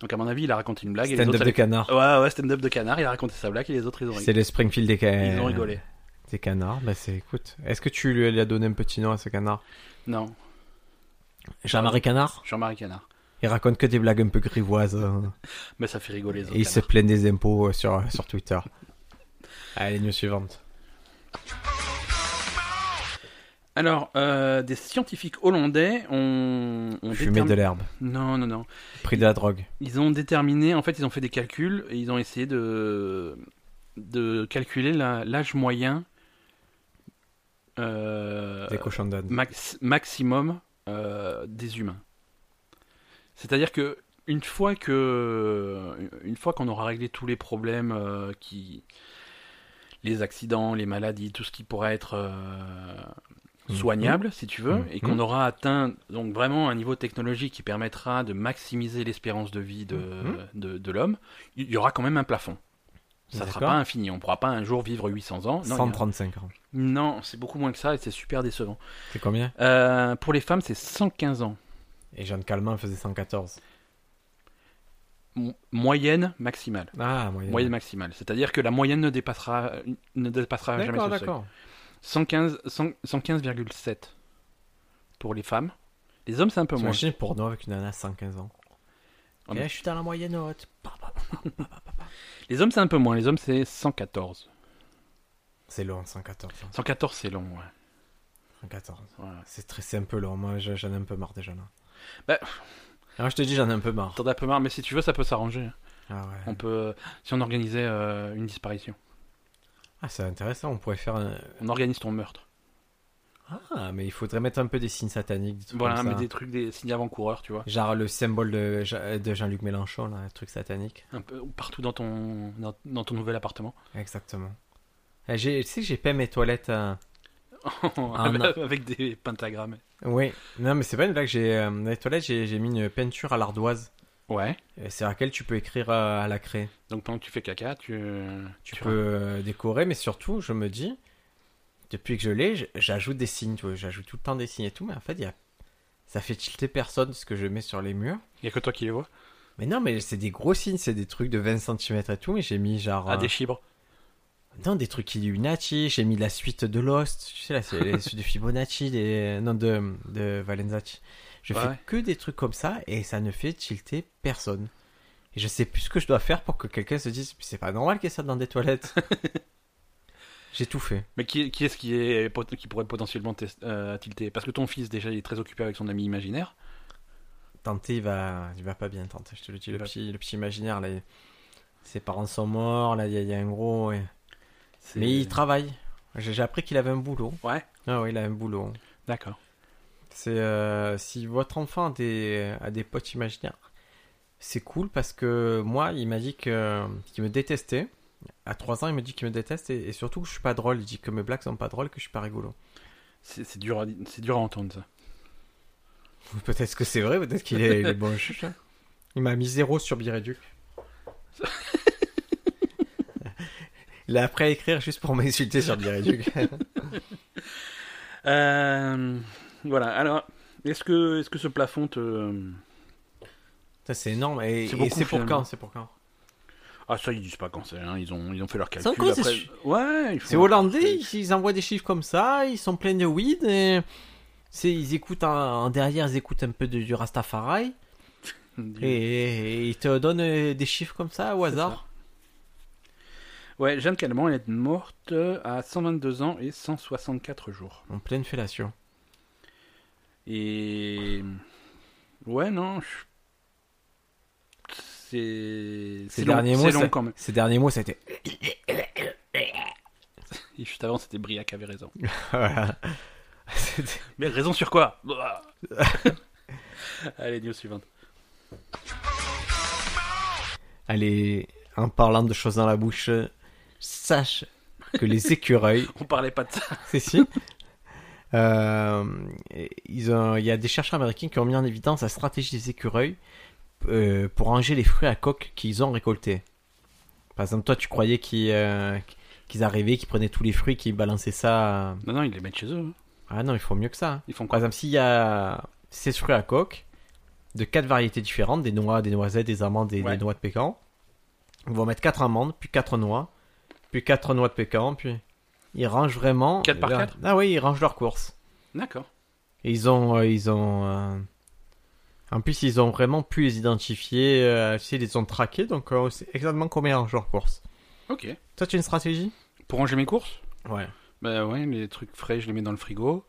S1: Donc, à mon avis, il a raconté une blague. et les
S2: Stand-up
S1: autres,
S2: de canard.
S1: Ouais, ouais, stand-up de canard, il a raconté sa blague et les autres, ils ont,
S2: C'est le Springfield des canards.
S1: ils ont rigolé.
S2: Des canards. Bah c'est écoute. Est-ce que tu lui as donné un petit nom à ce canard
S1: Non,
S2: Jean-Marie Canard
S1: Jean-Marie Canard.
S2: Il raconte que des blagues un peu grivoises. hein.
S1: Mais ça fait rigoler les autres.
S2: Et il se
S1: canards.
S2: plaint des impôts euh, sur, euh, sur Twitter. Allez, news suivante.
S1: Alors, euh, des scientifiques hollandais ont. ont
S2: Fumer
S1: détermi-
S2: de l'herbe.
S1: Non, non, non.
S2: Prix de la drogue.
S1: Ils ont déterminé, en fait, ils ont fait des calculs et ils ont essayé de, de calculer la- l'âge moyen euh,
S2: Des cochons d'âne.
S1: max- maximum euh, des humains. C'est-à-dire que une fois que une fois qu'on aura réglé tous les problèmes euh, qui les accidents, les maladies, tout ce qui pourrait être euh,
S2: Mhm.
S1: soignable, si tu veux,
S2: Mhm.
S1: et qu'on aura atteint donc vraiment un niveau technologique qui permettra de maximiser l'espérance de vie de,
S2: Mhm.
S1: de, de l'homme, il y aura quand même un plafond. Ça ne sera pas
S2: D'accord.
S1: infini. On ne pourra pas un jour vivre 800 ans. Non, il y a-
S2: 135 ans.
S1: non c'est beaucoup moins que ça et c'est super décevant.
S2: C'est combien
S1: Euh, pour les femmes, c'est 115 ans.
S2: Et Jeanne Calment faisait 114.
S1: Mo- moyenne maximale.
S2: Ah, moyenne.
S1: Moyenne maximale. C'est-à-dire que la moyenne ne dépassera, ne dépassera jamais
S2: D'accord,
S1: ce seuil.
S2: d'accord.
S1: 115 100 115,7 pour les femmes. Les hommes, c'est un peu moins.
S2: T'imagines pour nous avec une nana à 115 ans.
S1: Ah, mais-
S2: Eh, je suis dans la moyenne haute. Pa, pa, pa.
S1: Les hommes, c'est un peu moins. Les hommes, c'est 114.
S2: C'est long, 114. hein.
S1: 114, c'est long. ouais.
S2: 114.
S1: Voilà.
S2: C'est très- c'est un peu long. Moi, je- j'en ai un peu marre déjà là.
S1: Bah.
S2: Alors, je te dis, j'en ai un peu marre.
S1: T'en as un peu marre, mais si tu veux, ça peut s'arranger.
S2: Ah ouais.
S1: On peut, si on organisait euh, une disparition,
S2: Ah, c'est intéressant. On pourrait faire un.
S1: on organise ton meurtre.
S2: Ah, mais il faudrait mettre un peu des signes sataniques. Des trucs
S1: Voilà,
S2: comme
S1: mais
S2: ça.
S1: des trucs, des signes avant-coureurs, tu vois,
S2: Genre le symbole de, Je- de Jean-Luc Mélenchon, là, un truc satanique.
S1: un peu partout dans ton, dans, dans ton nouvel appartement.
S2: Exactement. Eh, j'ai- Tu sais que j'ai peint mes toilettes. euh,
S1: avec,
S2: Ah, non.
S1: avec des pentagrammes.
S2: Oui. Non, mais c'est pas une blague. J'ai euh, dans les toilettes, j'ai j'ai mis une peinture à l'ardoise.
S1: Ouais.
S2: euh, C'est à laquelle tu peux écrire euh, à la craie.
S1: Donc pendant que tu fais caca, tu.
S2: Tu peux euh, décorer, mais surtout, je me dis, depuis que je l'ai, j- j'ajoute des signes. tu vois, J'ajoute tout le temps des signes et tout, mais en fait, il y a... ça fait tilter personne ce que je mets sur les murs.
S1: Il n'y a que toi qui les vois.
S2: Mais non, mais c'est des gros signes, c'est des trucs de 20 cm et tout, mais j'ai mis genre.
S1: Ah,
S2: euh,
S1: des chibres.
S2: Non, des trucs Illuminati, j'ai mis la suite de Lost, tu sais, la la suite de Fibonacci, des... non, de, de Valenzati. Je
S1: Ouais,
S2: fais
S1: ouais.
S2: que des trucs comme ça et ça ne fait tilter personne. Et je sais plus ce que je dois faire pour que quelqu'un se dise, c'est pas normal qu'il y ait ça dans des toilettes. j'ai tout fait.
S1: Mais qui, qui est-ce qui, est, pot- qui pourrait potentiellement tes- euh, tilter Parce que ton fils, déjà, il est très occupé avec son ami imaginaire.
S2: Tenter, il va, il va pas bien tenter, je te le dis, le
S1: Il va-
S2: petit, le petit imaginaire, là, il- ses parents sont morts, là, il y, a- il y a un gros... ouais.
S1: C'est-
S2: Mais il travaille. J'ai j'ai appris qu'il avait un boulot.
S1: Ouais,
S2: Ah ouais, il a un boulot.
S1: d'accord.
S2: C'est euh, si votre enfant a des, a des potes imaginaires, c'est cool parce que moi, il m'a dit que qu'il me détestait. À 3 ans, il me dit qu'il me déteste et, et surtout que je suis pas drôle. Il dit que mes blagues sont pas drôles, que je suis pas rigolo.
S1: C'est c'est dur, à- c'est dur à entendre ça.
S2: Peut-être que c'est vrai, peut-être qu'il est, il est bon. je- je- Il m'a mis zéro sur Bireduc. Il a appris à écrire juste pour m'insulter sur Bireduc.
S1: Euh, voilà, alors, est-ce que, est que ce plafond te.
S2: Ça, c'est énorme. Et
S1: C'est
S2: et
S1: beaucoup,
S2: c'est pour
S1: finalement.
S2: quand C'est pour quand
S1: Ah, ça, ils disent pas quand c'est, hein. ils, ont, ils ont fait leur calcul.
S2: C'est encore,
S1: après-
S2: c'est-
S1: Ouais, ils font-
S2: C'est hollandais, ils- ils envoient des chiffres comme ça, ils sont pleins de weed, et c'est- ils écoutent en, en derrière, ils écoutent un peu de, du Rastafari, et, et ils te donnent euh, des chiffres comme ça au
S1: C'est ça.
S2: hasard.
S1: Ouais, Jeanne Calment, elle est morte à 122 ans et 164 jours.
S2: En pleine fellation.
S1: Et. Ouais, non. je- C'est.
S2: Ces
S1: c'est long-
S2: derniers, mots,
S1: C'est long
S2: ça-
S1: quand même.
S2: ces derniers mots, c'était.
S1: Et juste avant, c'était Briac qui avait raison.
S2: Voilà. C'était-
S1: Mais raison sur quoi Allez, news suivante.
S2: Allez, en parlant de choses dans la bouche, sache que les écureuils
S1: On parlait pas de ça.
S2: c'est si. Euh, ils ont- il y a des chercheurs américains qui ont mis en évidence la stratégie des écureuils euh, pour ranger les fruits à coque qu'ils ont récoltés. Par exemple, toi, tu croyais qu'ils euh, qu'ils arrivaient, qu'ils prenaient tous les fruits, qu'ils balançaient ça. euh,
S1: Non, non, ils les mettent chez eux. hein.
S2: Ah non, il faut mieux que ça. hein.
S1: Ils font
S2: Par
S1: quoi
S2: exemple, s'il y a 16 fruits à coque de quatre variétés différentes, des noix, des noisettes, des amandes et
S1: Ouais.
S2: des noix de pécan, on va mettre quatre amandes, puis quatre noix, puis quatre noix de pécan, puis ils rangent vraiment.
S1: Quatre par
S2: leur-
S1: quatre
S2: Ah oui, ils rangent leur course.
S1: D'accord.
S2: Et ils ont, euh, ils ont. euh, En plus, ils ont vraiment pu les identifier. euh, tu sais, ils les ont traqués, donc euh, on sait exactement combien ils rangent leur course.
S1: Ok.
S2: Toi, tu as une stratégie
S1: Pour ranger mes courses
S2: Ouais.
S1: Bah ouais, les trucs frais, je les mets dans le frigo.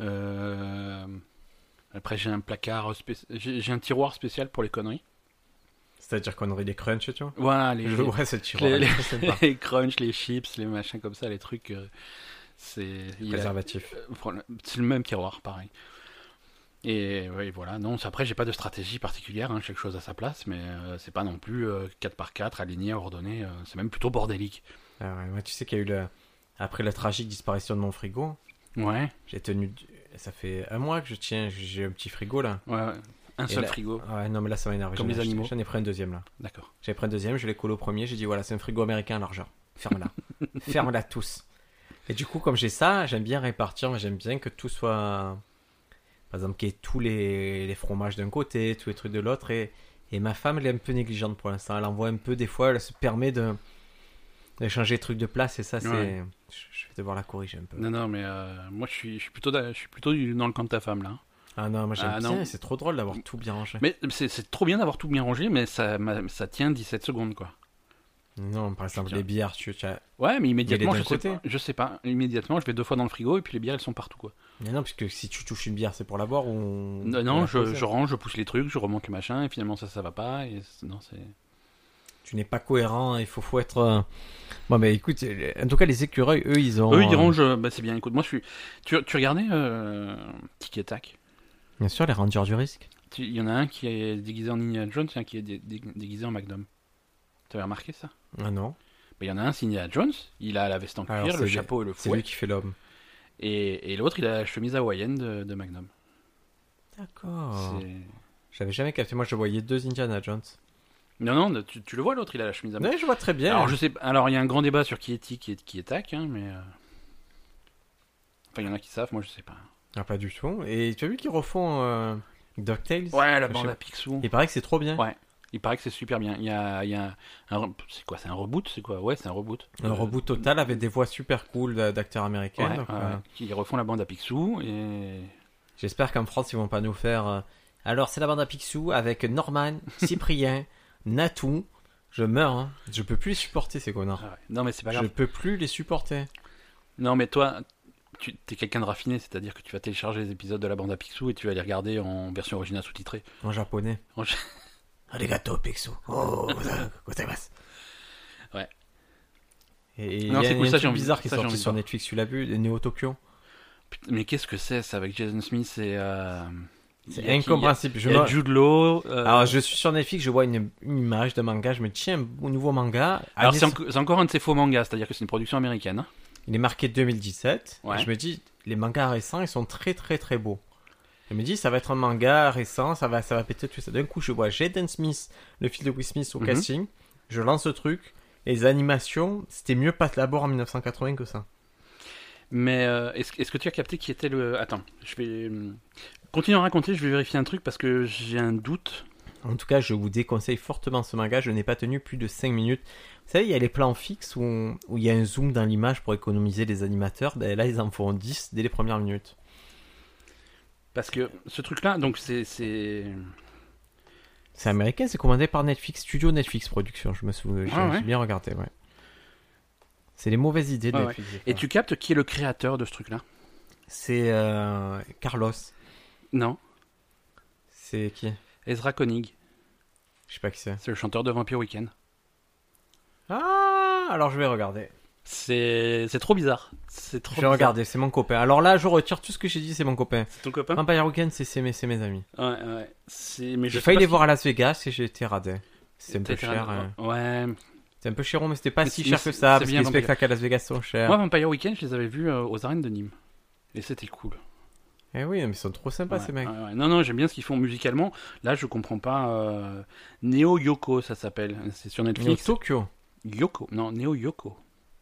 S1: Euh, Après, j'ai un placard spécial. J'ai j'ai un tiroir spécial pour les conneries.
S2: C'est-à-dire qu'on aurait des crunchs, tu vois
S1: Voilà, les,
S2: Je
S1: les-
S2: vois cette
S1: les- les-
S2: tiroir.
S1: les crunchs, les chips, les machins comme ça, les trucs. euh, C'est. il y a-
S2: Préservatif.
S1: Euh, voilà, C'est le même tiroir, pareil. Et ouais, voilà, non, c'est- après j'ai pas de stratégie particulière, hein, chaque chose à sa place, mais euh, c'est pas non plus euh, 4 par 4 aligné, ordonné, euh, c'est même plutôt bordélique.
S2: Ah ouais, ouais, tu sais qu'il y a eu le. Après la tragique disparition de mon frigo,
S1: Ouais,
S2: j'ai tenu. du- Ça fait un mois que je tiens, j'ai un petit frigo là.
S1: ouais, ouais. un
S2: Et
S1: seul
S2: là-
S1: frigo,
S2: Ouais, non, mais là ça m'a énervé.
S1: Comme
S2: J'en
S1: les
S2: ai-
S1: animaux.
S2: J'en ai pris un deuxième là.
S1: d'accord.
S2: J'ai pris un deuxième, je l'ai collé au premier, j'ai dit voilà, c'est un frigo américain largeur. Ferme-la. Ferme-la tous. Et du coup, comme j'ai ça, j'aime bien répartir, mais j'aime bien que tout soit. Par exemple, qu'il y ait tous les, les fromages d'un côté, tous les trucs de l'autre. Et, et ma femme, elle est un peu négligente pour l'instant. Elle envoie un peu, des fois, elle se permet de, de changer les trucs de place. Et ça, c'est.
S1: Ouais.
S2: Je, je vais devoir la corriger un peu.
S1: Non, non, mais euh, moi je suis, je, suis plutôt, da- je suis plutôt du- dans le camp de ta femme là.
S2: Ah non, moi j'aime
S1: Ah non.
S2: bien, c'est trop drôle d'avoir tout bien rangé.
S1: Mais c'est- c'est trop bien d'avoir tout bien rangé, mais ça, m'a- ça tient 17 secondes quoi.
S2: Non, par exemple,
S1: Tiens.
S2: les bières, tu, tu as-
S1: Ouais, mais immédiatement,
S2: d'un
S1: je sais,
S2: côté.
S1: pas, je sais pas, immédiatement je vais deux fois dans le frigo et puis les bières elles sont partout quoi.
S2: Mais non, parce que si tu touches une bière, c'est pour la boire ou.
S1: Non,
S2: ou
S1: non,
S2: la
S1: je,
S2: poser.
S1: je range, je pousse les trucs, je remonte le machin, et finalement ça, ça va pas, et c'est- non, c'est...
S2: tu n'es pas cohérent, il faut, faut être. euh, Bon, bah écoute, euh, en tout cas, les écureuils, eux, ils ont.
S1: Eux, ils
S2: euh,
S1: rangent. euh, Bah, c'est bien. Écoute, moi, je suis. Tu, tu regardais euh... Tic et Tac
S2: euh, Bien sûr, les rangers du risque.
S1: Tu- Il y en a un qui est déguisé en Indiana Jones et un qui est dé- dé- déguisé en Magnum. T'avais remarqué ça
S2: Ah non,
S1: Bah, Il y en a un, c'est Indiana Jones. Il a la veste en
S2: Alors,
S1: cuir,
S2: c'est
S1: le
S2: lui-
S1: chapeau et le
S2: c'est
S1: fouet.
S2: lui qui fait l'homme.
S1: Et, et l'autre, il a la chemise hawaïenne de, de Magnum.
S2: D'accord.
S1: C'est-
S2: J'avais jamais capté, moi je voyais deux Indiana Jones.
S1: Non, non, de- tu, tu le vois, l'autre, il a la chemise hawaïenne.
S2: Ouais, je vois très bien.
S1: Ah Alors, je sais pas- Alors, il y a un grand débat sur qui est Tic et qui est Tac, hein, mais. euh, Enfin, il y en a qui savent, moi, je sais pas.
S2: Ah, pas du tout. Et tu as vu qu'ils refont euh, DuckTales
S1: Ouais, la
S2: Je sais
S1: bande
S2: pas.
S1: à Picsou.
S2: Il paraît que c'est trop bien.
S1: Ouais. Il paraît que c'est super bien. Il y a, il y a un, un- c'est quoi, c'est un reboot, c'est quoi Ouais, c'est un reboot.
S2: Un
S1: Euh,
S2: reboot total avec des voix super cool d'a- d'acteurs
S1: Ouais,
S2: américains. donc,
S1: ouais,
S2: euh,
S1: ouais. Ils refont la bande à Picsou et
S2: J'espère qu'en France, ils vont pas nous faire. euh, Alors, c'est la bande à Picsou avec Norman, Cyprien, Natou. Je meurs, hein. Je peux plus les supporter, ces connards.
S1: Ah ouais. non mais c'est pas
S2: Je
S1: grave.
S2: peux plus les supporter.
S1: Non mais toi, tu es quelqu'un de raffiné, c'est-à-dire que tu vas télécharger les épisodes de la bande à Picsou et tu vas les regarder en version originale sous-titrée.
S2: En japonais.
S1: En ja-
S2: Arigato, Picsou. Oh, gozaimasu.
S1: Ouais. Non,
S2: Et il y a
S1: c'est
S2: un-
S1: cool,
S2: un
S1: ça, j'ai
S2: truc
S1: envie-
S2: bizarre qui est
S1: ça, j'ai
S2: sorti
S1: envie de
S2: sur
S1: voir.
S2: Netflix, tu l'as vu, Neo Tokyo.
S1: Putain, Mais qu'est-ce que c'est ça avec Jason Smith et euh, il y
S2: C'est
S1: a qui-
S2: incompréhensible.
S1: Il
S2: Je
S1: y a- il y a
S2: me-
S1: Jude Law. euh,
S2: Alors, je suis sur Netflix, je vois une, une image de manga, je me dis, tiens, un nouveau manga.
S1: alors,
S2: Allez,
S1: c'est enco- c'est encore un de ces faux mangas, c'est-à-dire que c'est une production américaine. hein.
S2: Il est marqué 2017.
S1: Ouais.
S2: Et je me dis, les mangas récents, ils sont très très très beaux. Je me dis, ça va être un manga récent, ça va, ça va péter tout ça. D'un coup, je vois Jaden Smith, le fils de Will Smith au
S1: Mhm.
S2: casting. Je lance le truc. Les animations, c'était mieux Pat Labor en 1980 que ça.
S1: Mais euh, est-ce est-ce que tu as capté qui était le. Attends, je vais. hum, Continue à raconter, je vais vérifier un truc parce que j'ai un doute.
S2: En tout cas, je vous déconseille fortement ce manga. Je n'ai pas tenu plus de 5 minutes. Vous savez, il y a les plans fixes où, on- où il y a un zoom dans l'image pour économiser les animateurs. Ben, là, ils en font 10 dès les premières minutes.
S1: Parce que ce truc-là, donc c'est. c'est-
S2: C'est américain, c'est commandé par Netflix, Studio Netflix Productions, je me souviens,
S1: Ah ouais.
S2: j'ai bien regardé, ouais. C'est les mauvaises idées de
S1: Ouais,
S2: Netflix. des
S1: Et
S2: fois.
S1: tu captes qui est le créateur de ce truc-là
S2: C'est euh, Carlos.
S1: Non.
S2: C'est qui
S1: Ezra Koenig,
S2: Je sais pas qui c'est.
S1: c'est le chanteur de Vampire Weekend.
S2: Ah, alors je vais regarder.
S1: C'est c'est trop bizarre. C'est trop
S2: je vais
S1: bizarre.
S2: regarder, c'est mon copain. Alors là, je retire tout ce que j'ai dit, c'est mon copain.
S1: C'est ton copain
S2: Hein? Vampire Weekend, c'est c'est mes, c'est mes amis.
S1: Ouais, ouais. C'est- Mais Hein je
S2: J'ai
S1: sais
S2: failli
S1: pas
S2: les
S1: si-
S2: voir à Las Vegas et j'ai été radé. C'est un peu cher. hein.
S1: Ouais.
S2: C'est un peu cher, mais c'était pas
S1: Mais
S2: si
S1: c'est- mais
S2: cher que
S1: c'est-
S2: ça,
S1: c'est
S2: parce que
S1: bien
S2: les
S1: vendu.
S2: spectacles à Las Vegas sont chers.
S1: Moi, Vampire Weekend, je les avais vus euh, aux arènes de Nîmes. Et c'était cool.
S2: Eh oui, mais ils sont trop sympas
S1: Ouais,
S2: ces mecs.
S1: ouais, ouais. Non, non, j'aime bien ce qu'ils font musicalement. Là, je comprends pas. euh, Neo Yoko, ça s'appelle. C'est sur
S2: Néo
S1: Netflix.
S2: Tokyo.
S1: Yoko. Non, Neo Yoko.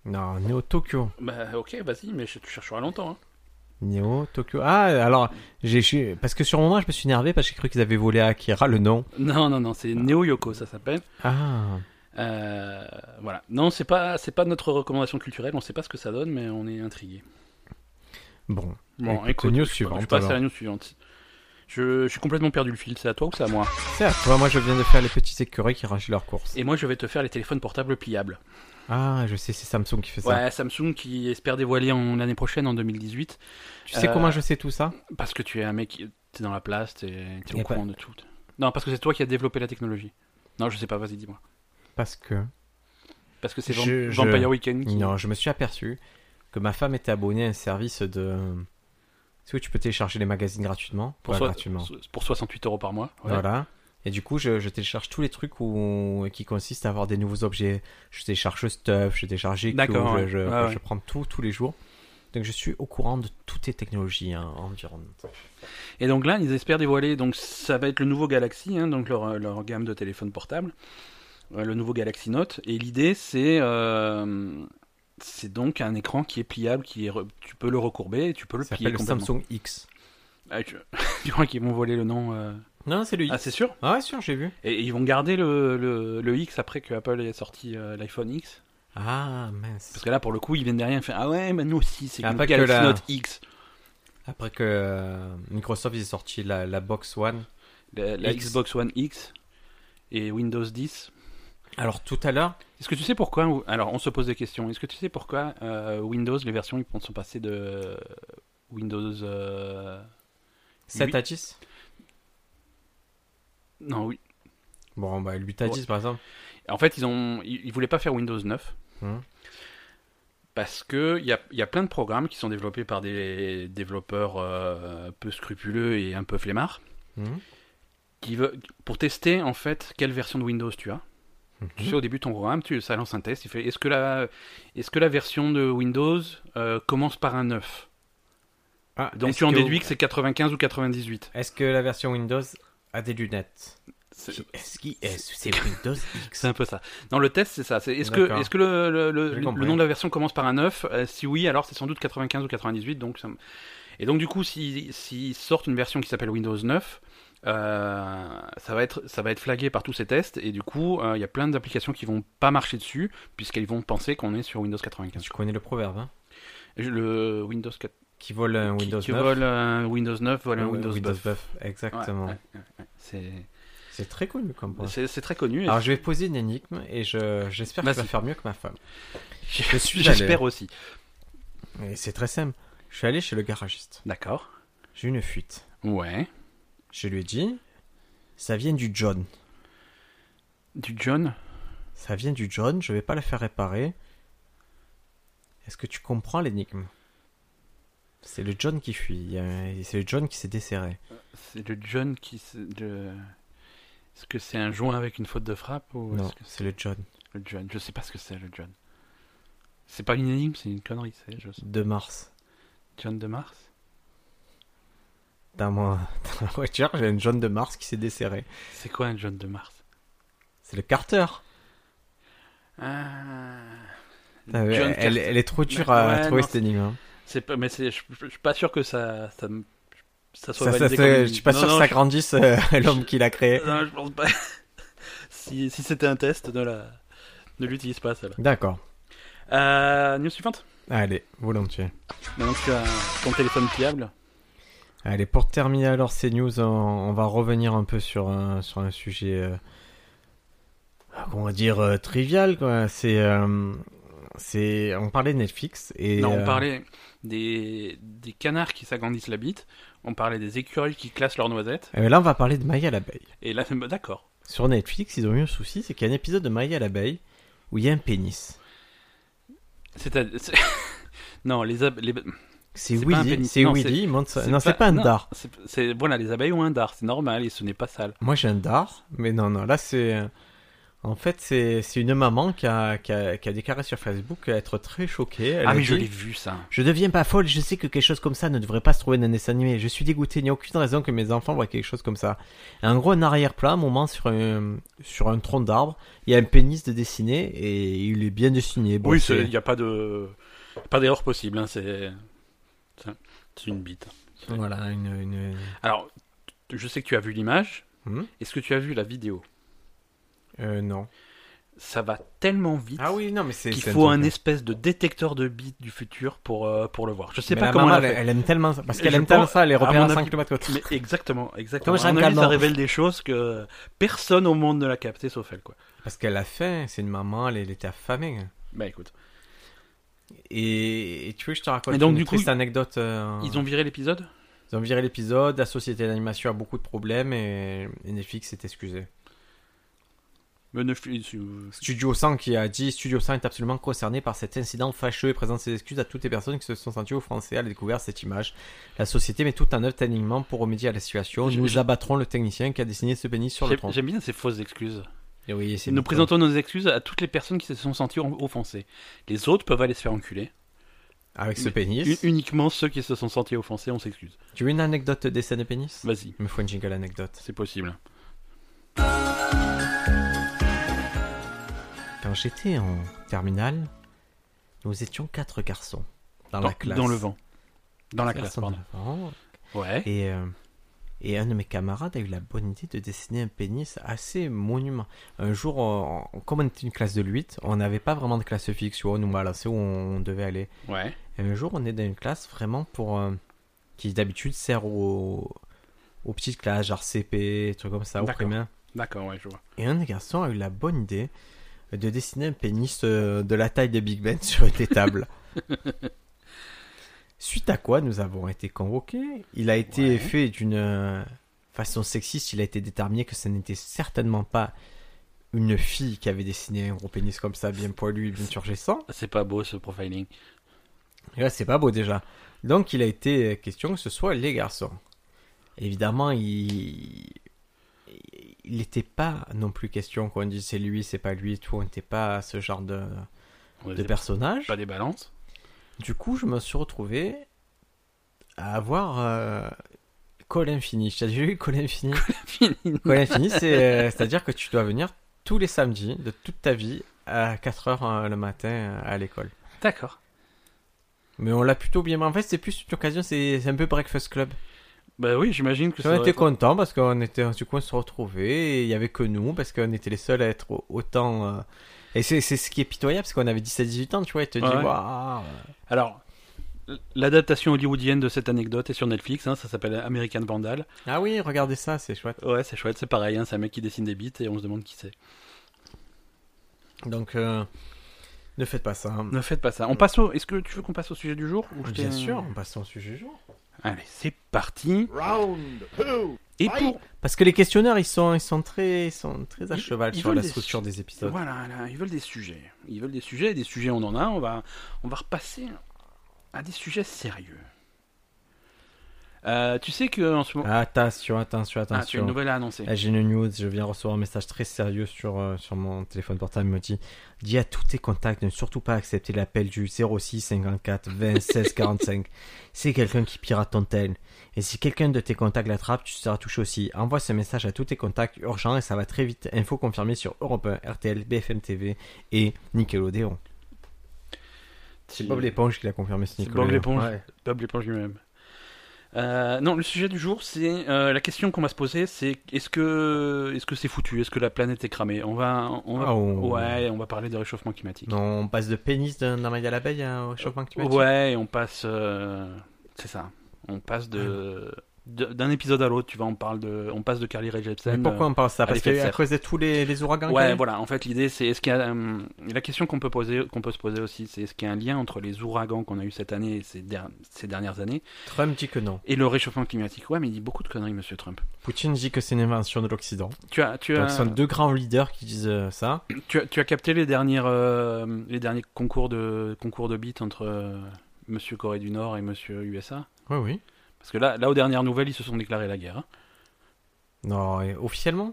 S2: Non, Néo Tokyo.
S1: Bah, ok, vas-y, mais je- tu chercheras longtemps. hein.
S2: Néo Tokyo. Ah, alors, j'ai- j'ai. Parce que sur le moment, je me suis énervé parce que j'ai cru qu'ils avaient volé à Akira le nom.
S1: Non, non, non, c'est Neo Yoko, ça s'appelle.
S2: Ah.
S1: Euh, voilà. Non, c'est pas, c'est pas notre recommandation culturelle. On sait pas ce que ça donne, mais on est intrigué.
S2: Bon.
S1: Bon,
S2: Écoute,
S1: écoute,
S2: news
S1: je-
S2: suivante,
S1: je passe à
S2: alors.
S1: la news suivante. Je, je suis complètement perdu le fil. C'est à toi ou c'est à moi
S2: C'est à toi, moi je viens de faire les petits écureuils qui rachent leurs courses.
S1: Et moi, je vais te faire les téléphones portables pliables.
S2: Ah, je sais, c'est Samsung qui fait ça.
S1: Ouais, Samsung qui espère dévoiler en- l'année prochaine, en 2018.
S2: Tu sais
S1: Euh,
S2: comment je sais tout ça
S1: Parce que tu es un mec, t'es dans la place, t'es t'es
S2: Y
S1: au
S2: a pas-
S1: courant de tout. Non, parce que c'est toi qui as développé la technologie. Non, je sais pas, vas-y, dis-moi.
S2: Parce que.
S1: Parce que c'est Vamp-
S2: Je- je-
S1: Vampire Weekend qui...
S2: Non, je me suis aperçu que ma femme était abonnée à un service de. Tu sais où tu peux télécharger les magazines gratuitement
S1: pour,
S2: Ouais,
S1: soi-
S2: gratuitement.
S1: so- pour 68 euros par mois. ouais.
S2: Voilà. Et du coup, je, je télécharge tous les trucs où, qui consistent à avoir des nouveaux objets. Je télécharge Stuff, je télécharge IQ,
S1: D'accord,
S2: je,
S1: ouais.
S2: je,
S1: Ouais, ouais.
S2: je prends tout tous les jours. Donc je suis au courant de toutes les technologies hein, environnantes.
S1: Et donc là, ils espèrent dévoiler, donc ça va être le nouveau Galaxy, hein, donc leur, leur gamme de téléphones portables, euh, le nouveau Galaxy Note. Et l'idée, c'est euh, c'est donc un écran qui est pliable, qui est re- tu peux le recourber, et tu peux le
S2: Ça
S1: plier
S2: s'appelle le
S1: complètement.
S2: Samsung X.
S1: Ah, tu... tu crois qu'ils vont voler le nom euh,
S2: Non, c'est le X.
S1: Ah, c'est sûr
S2: Ah ouais, sûr, j'ai vu.
S1: Et ils vont garder le, le, le X après que Apple ait sorti euh, l'iPhone X
S2: Ah mince.
S1: Parce que là, pour le coup, ils viennent derrière et font Ah ouais, mais nous aussi, c'est
S2: Ah,
S1: le
S2: pas que
S1: Galaxy
S2: la-
S1: Note X.
S2: Après que euh, Microsoft ait sorti la, la Box One.
S1: La, la
S2: X.
S1: Xbox One X et Windows 10.
S2: Alors tout à l'heure,
S1: Est-ce que tu sais pourquoi ou- Alors, on se pose des questions. Est-ce que tu sais pourquoi euh, Windows, les versions, ils sont passés de Windows. euh,
S2: 7
S1: Huit.
S2: à 10.
S1: Non, oui.
S2: Bon, bah 8 à
S1: Ouais.
S2: 10 par exemple.
S1: En fait, ils, ont... ils ils voulaient pas faire Windows 9.
S2: Hum.
S1: Parce que il y a, il y a plein de programmes qui sont développés par des développeurs euh, peu scrupuleux et un peu flemmards.
S2: Hum.
S1: qui veut, pour tester en fait quelle version de Windows tu as. Tu
S2: Mhm.
S1: sais, au début, ton programme, tu, ça lance un test. Il fait est-ce que, est que la version de Windows euh, commence par un 9
S2: Ah,
S1: Donc
S2: est-ce
S1: tu en
S2: que-
S1: déduis que c'est 95 ou 98.
S2: Est-ce que la version Windows a des lunettes
S1: C'est
S2: Est-ce qui est C'est Windows
S1: c'est
S2: X.
S1: un peu ça. Dans le test, c'est ça. c'est Est-ce que,
S2: D'accord.
S1: est que le, le- le-
S2: J'ai
S1: le
S2: compris.
S1: nom de la version commence par un 9 Euh, Si oui, alors c'est sans doute 95 ou 98. Donc ça me- Et donc, du coup, s'ils s'ils sortent une version qui s'appelle Windows 9, euh, ça, va être, ça va être flagué par tous ces tests. Et du coup, euh, il y a plein d'applications qui vont pas marcher dessus, puisqu'elles vont penser qu'on est sur Windows 95.
S2: Tu connais le proverbe, hein
S1: Le Windows 4.
S2: Qui vole un Windows
S1: qui
S2: 9
S1: vole un Windows 9 vole un
S2: Ouais,
S1: Windows,
S2: Windows
S1: buff.
S2: Buff.
S1: Ouais,
S2: Exactement.
S1: ouais, ouais, ouais. C'est-
S2: C'est très connu comme point.
S1: C'est c'est très connu. et
S2: Alors je vais poser une énigme et je- j'espère que je
S1: Vas-y.
S2: vais faire mieux que ma femme.
S1: je
S2: suis
S1: J'espère aussi.
S2: Et c'est très simple. Je suis allé chez le garagiste.
S1: D'accord.
S2: J'ai eu une fuite.
S1: Ouais.
S2: Je lui ai dit, ça vient du John.
S1: Du John
S2: Ça vient du John, je vais pas la faire réparer. Est-ce que tu comprends l'énigme C'est le John qui fuit, il y a- et c'est le John qui s'est desserré.
S1: C'est le John qui. se- de- Est-ce que c'est un joint avec une faute de frappe ou
S2: non,
S1: est-ce que
S2: c'est le John.
S1: c'est le John Je sais pas ce que c'est le John. C'est pas une énigme, c'est une connerie, c'est je sais.
S2: De Mars.
S1: John de Mars.
S2: Dans, moi, dans ma voiture, j'ai un John de Mars qui s'est desserré.
S1: C'est quoi un John de Mars
S2: C'est le Carter.
S1: Ah.
S2: Ah ouais,
S1: John
S2: elle,
S1: Carter.
S2: elle est trop dure à
S1: Ouais,
S2: trouver
S1: non,
S2: cette énigme. hein.
S1: C'est pas, mais c'est, je, je suis pas sûr que ça, ça, me- ça soit
S2: Ça, ça,
S1: validé.
S2: ça-
S1: comme une-
S2: je suis pas
S1: Non,
S2: sûr
S1: non,
S2: que ça
S1: je-
S2: grandisse euh, l'homme qui l'a créé.
S1: Non, je pense pas. si, si c'était un test, ne la, ne l'utilise pas celle-là.
S2: D'accord.
S1: Euh, news suivante.
S2: Allez, volontiers.
S1: Maintenant que tu as ton téléphone pliable.
S2: Allez, pour terminer alors ces news, on, on va revenir un peu sur un, sur un sujet, euh, comment dire, euh, trivial. quoi. C'est, euh, c'est, on parlait de Netflix et
S1: Non, on
S2: euh,
S1: parlait des, des canards qui s'agrandissent la bite, on parlait des écureuils qui classent leurs noisettes,
S2: euh, là, on va parler de Maya l'abeille.
S1: et là, bah, d'accord.
S2: Sur Netflix, ils ont eu un souci, c'est qu'il y a un épisode de Maya l'abeille où il y a un pénis.
S1: C'est à- c'est- non, les, ab- les-
S2: C'est
S1: C'est pas un
S2: Willy,
S1: pénis.
S2: c'est
S1: Non,
S2: Willy, il monte sa-
S1: c'est
S2: Non, c'est
S1: pas-
S2: pas un
S1: non.
S2: dard.
S1: c'est- c'est- voilà, les abeilles ont un dard, c'est normal, et ce n'est pas sale.
S2: Moi j'ai un dard, mais non, non, là c'est. euh, En fait, c'est c'est une maman qui a, qui, a, qui a déclaré sur Facebook être très choquée. Elle
S1: ah,
S2: a
S1: mais je
S2: dit,
S1: l'ai vu ça.
S2: Je deviens pas folle, je sais que quelque chose comme ça ne devrait pas se trouver dans les dessins animés. Je suis dégoûtée, il n'y a aucune raison que mes enfants voient quelque chose comme ça. En gros, en arrière-plan, un moment sur un, sur un tronc d'arbre, il y a un pénis de dessiné et il est bien dessiné. Bon,
S1: oui,
S2: c'est-
S1: il n'y a pas de pas d'erreur possible. hein, c'est c'est- c'est une bite.
S2: Voilà, une. une-
S1: Alors, t- je sais que tu as vu l'image.
S2: Hmm
S1: Est-ce que tu as vu la vidéo
S2: Euh, non.
S1: Ça va tellement vite.
S2: Ah oui, non, mais c'est.
S1: qu'il
S2: c'est
S1: faut un
S2: truc.
S1: espèce de détecteur de bites du futur pour, euh, pour le voir. Je sais
S2: Mais
S1: pas
S2: la
S1: comment
S2: maman,
S1: elle a
S2: elle,
S1: fait.
S2: elle aime tellement ça. Parce
S1: Et
S2: qu'elle
S1: je
S2: aime tellement
S1: pense-
S2: ça, elle est
S1: à
S2: repérée à
S1: mon
S2: 5
S1: avis-
S2: km.
S1: Mais exactement, exactement.
S2: Comme
S1: À mon
S2: Jean
S1: avis, ça
S2: Calment.
S1: révèle des choses que personne au monde ne l'a capté sauf elle, quoi.
S2: Parce qu'elle a faim, c'est une maman, elle, elle était affamée.
S1: Bah écoute,
S2: Et, et tu veux que je te raconte
S1: Mais donc,
S2: une
S1: du coup,
S2: triste anecdote euh,
S1: ils ont viré l'épisode
S2: ils ont viré l'épisode, la société d'animation a beaucoup de problèmes et, et Netflix s'est excusé.
S1: Mais ne f- ils-
S2: Studio 100 qui a dit Studio 100 est absolument concerné par cet incident fâcheux et présente ses excuses à toutes les personnes qui se sont senties offensées à la découverte de cette image. La société met tout en œuvre techniquement pour remédier à la situation.
S1: Je-
S2: Nous
S1: je-
S2: abattrons le technicien qui a dessiné ce pénis sur le
S1: J'aime
S2: tronc.
S1: j'aime bien ces fausses excuses.
S2: Et oui, c'est
S1: Nous
S2: une-
S1: présentons nos excuses à toutes les personnes qui se sont senties en- offensées. Les autres peuvent aller se faire enculer.
S2: Avec ce
S1: Mais-
S2: pénis.
S1: U- uniquement ceux qui se sont sentis offensés, on s'excuse.
S2: Tu veux une anecdote de dessin de pénis
S1: Vas-y,
S2: Il me faut une jingle anecdote.
S1: c'est possible.
S2: Quand j'étais en terminale, nous étions quatre garçons dans,
S1: Dans,
S2: la classe.
S1: dans le vent. Dans la
S2: Quatre
S1: classe,
S2: garçons dans
S1: pardon.
S2: le vent.
S1: Ouais.
S2: Et, euh, et un de mes camarades a eu la bonne idée de dessiner un pénis assez monument. Un jour, on- on- comme on était une classe de 8, on n'avait pas vraiment de classe fixe, tu vois, nous voilà, c'est où on, on devait aller.
S1: Ouais.
S2: Et un jour, on est dans une classe vraiment pour. euh, qui d'habitude sert aux, aux petites classes, genre CP, trucs comme ça, au
S1: D'accord.
S2: primaire.
S1: D'accord, ouais, je vois.
S2: Et un des garçons a eu la bonne idée de dessiner un pénis euh, de la taille de Big Ben sur une des tables. Suite à quoi, nous avons été convoqués. Il a été
S1: Ouais.
S2: fait d'une euh, façon sexiste. Il a été déterminé que ce n'était certainement pas une fille qui avait dessiné un gros pénis comme ça, bien poilu et bien surgissant.
S1: C'est pas beau ce profiling.
S2: Et là, c'est pas beau déjà. Donc, il a été euh, question que ce soit les garçons. Évidemment, il. Il n'était pas non plus question qu'on dise c'est lui, c'est pas lui et tout. On n'était pas ce genre de,
S1: On
S2: de
S1: faisait
S2: personnage.
S1: pas des balances.
S2: Du coup, je me suis retrouvé à avoir euh, Colin Fini. T'as déjà vu Colin Fini Colin Fini, c'est, euh, c'est-à-dire que tu dois venir tous les samedis de toute ta vie à 4h le matin euh, à l'école.
S1: D'accord.
S2: Mais on l'a plutôt bien. En fait, c'est plus une occasion, c'est c'est un peu Breakfast Club.
S1: Bah oui, j'imagine que ça.
S2: on
S1: doit
S2: était
S1: être-
S2: contents parce qu'on était du coup on se retrouvait et il y avait que nous parce qu'on était les seuls à être au- autant. euh, Et c'est c'est ce qui est pitoyable parce qu'on avait 17-18 ans, tu vois. Et te dis,
S1: Ouais.
S2: waouh.
S1: Alors, l- l'adaptation hollywoodienne de cette anecdote est sur Netflix, hein, ça s'appelle American Vandal.
S2: Ah oui, regardez ça, c'est chouette.
S1: Ouais, c'est chouette, c'est pareil, hein, c'est un mec qui dessine des bites et on se demande qui c'est.
S2: Donc, euh, ne faites pas ça.
S1: Ne faites pas ça. On passe au. Est-ce que tu veux qu'on passe au sujet du jour ou je
S2: Bien
S1: t'ai-
S2: sûr, on passe au sujet du jour.
S1: Allez, c'est parti.
S4: Round two.
S1: Et pour.
S2: Parce que les questionneurs, ils sont, ils sont très, ils sont très à
S1: Ils-
S2: cheval
S1: ils
S2: sur
S1: veulent
S2: la
S1: des-
S2: structure des épisodes.
S1: Voilà, là, ils veulent des sujets. Ils veulent des sujets, et des sujets on en a. On va, on va repasser à des sujets sérieux. Euh, tu sais que en ce moment.
S2: Attention, attention,
S1: Ah, tu as une
S2: attention.
S1: nouvelle à annoncer.
S2: Ah, J'ai une news, je viens recevoir un message très sérieux sur, euh, sur mon téléphone portable. Il me dit Dis à tous tes contacts de ne surtout pas accepter l'appel du 06 54 20 16 45. C'est quelqu'un qui pirate ton tel. Et si quelqu'un de tes contacts l'attrape, tu seras touché aussi. Envoie ce message à tous tes contacts urgents et ça va très vite. Info confirmée sur Europe 1, RTL, BFM TV et Nickelodeon. C'est Bob l'éponge qui l'a confirmé,
S1: C'est
S2: Nickelodeon.
S1: Bob l'éponge.
S2: Ouais.
S1: Bob l'éponge lui-même. Euh, non, le sujet du jour, c'est euh, la question qu'on va se poser, c'est est-ce que est-ce que c'est foutu, est-ce que la planète est cramée On va, on va,
S2: Ah, on-
S1: ouais, on va parler de réchauffement climatique.
S2: Non, on passe de pénis d'un d'un mail à l'abeille à- au réchauffement climatique.
S1: Ouais, et on passe, euh, c'est ça, on passe de de- d'un épisode à l'autre, tu vois, on parle de, on passe de Carly Rae Jepsen.
S2: Mais pourquois on parle ça Parce
S1: l'effet de
S2: que à
S1: serre.
S2: cause de tous les, les ouragans qu'il y a
S1: Ouais,
S2: eu
S1: voilà. En fait, l'idée, c'est est-ce qu'il y a euh, la question qu'on peut poser, qu'on peut se poser aussi, c'est est-ce qu'il y a un lien entre les ouragans qu'on a eu cette année et ces, derni- ces dernières années
S2: Trump dit que non.
S1: et le réchauffement climatique Ouais, mais il dit beaucoup de conneries, Monsieur Trump.
S2: Poutine dit que c'est une invention de l'Occident.
S1: Tu as, tu as,
S2: Donc ce sont deux grands leaders qui disent euh, ça.
S1: Tu as, tu as capté les dernières euh, les derniers concours de concours de beat entre euh, Monsieur Corée du Nord et Monsieur USA
S2: Oui, oui.
S1: Parce que là, là aux dernières nouvelles, ils se sont déclarés la guerre. hein.
S2: Non, et officiellement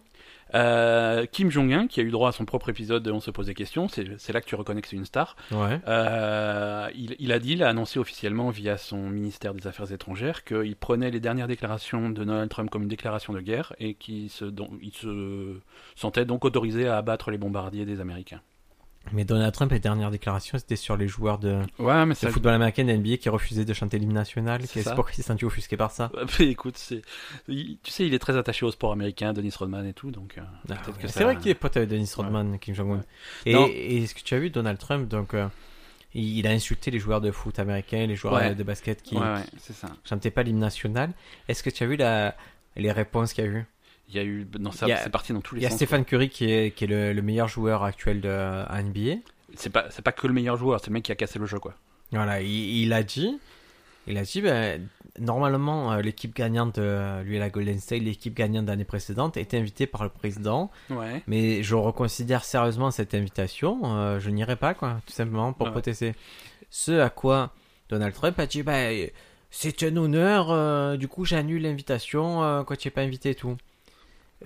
S1: Euh, Kim Jong-un, qui a eu droit à son propre épisode de On se pose des questions, c'est c'est là que tu reconnais que c'est une star.
S2: Ouais.
S1: Euh, il, il a dit, il a annoncé officiellement via son ministère des Affaires étrangères qu'il prenait les dernières déclarations de Donald Trump comme une déclaration de guerre et qu'il se, donc, il se sentait donc autorisé à abattre les bombardiers des Américains.
S2: Mais Donald Trump, les dernières déclarations, c'était sur les joueurs de,
S1: Ouais, mais
S2: de
S1: ça.
S2: football américain, de NBA, qui refusaient de chanter l'hymne national.
S1: C'est
S2: qui-
S1: ça.
S2: C'est pourquoi ils se sont offusqués par ça.
S1: Mais écoute, c'est, il- tu sais, il est très attaché au sport américain, Dennis Rodman et tout, donc. euh, peut-être que
S2: C'est
S1: ça-
S2: vrai qu'il est pote avec Dennis Rodman, Kim Jong-un.
S1: Ouais.
S2: Et,
S1: Non.
S2: et est-ce que tu as vu Donald Trump donc euh, il il a insulté les joueurs de foot américains, les joueurs
S1: Ouais.
S2: euh, de basket qui
S1: Ouais, ouais, c'est ça.
S2: chantaient pas l'hymne national. Est-ce que tu as vu la les réponses qu'il y a eu
S1: Il y a eu, non, ça,
S2: Il y a-
S1: c'est parti dans tous
S2: Il
S1: les
S2: y a
S1: sens.
S2: Stéphane Curry qui est, qui est le, le meilleur joueur actuel de à NBA.
S1: C'est pas, c'est pas que le meilleur joueur, c'est le mec qui a cassé le jeu, quoi.
S2: Voilà, il, il a dit, il a dit, ben, normalement euh, l'équipe gagnante, de lui et la Golden State, l'équipe gagnante de l'année précédente était invitée par le président,
S1: Ouais.
S2: mais je reconsidère sérieusement cette invitation, euh, je n'irai pas quoi, tout simplement pour
S1: Ouais.
S2: protester. Ce à quoi Donald Trump a dit, ben, c'est un honneur, euh, du coup j'annule l'invitation euh, quand tu n'es pas invité et tout.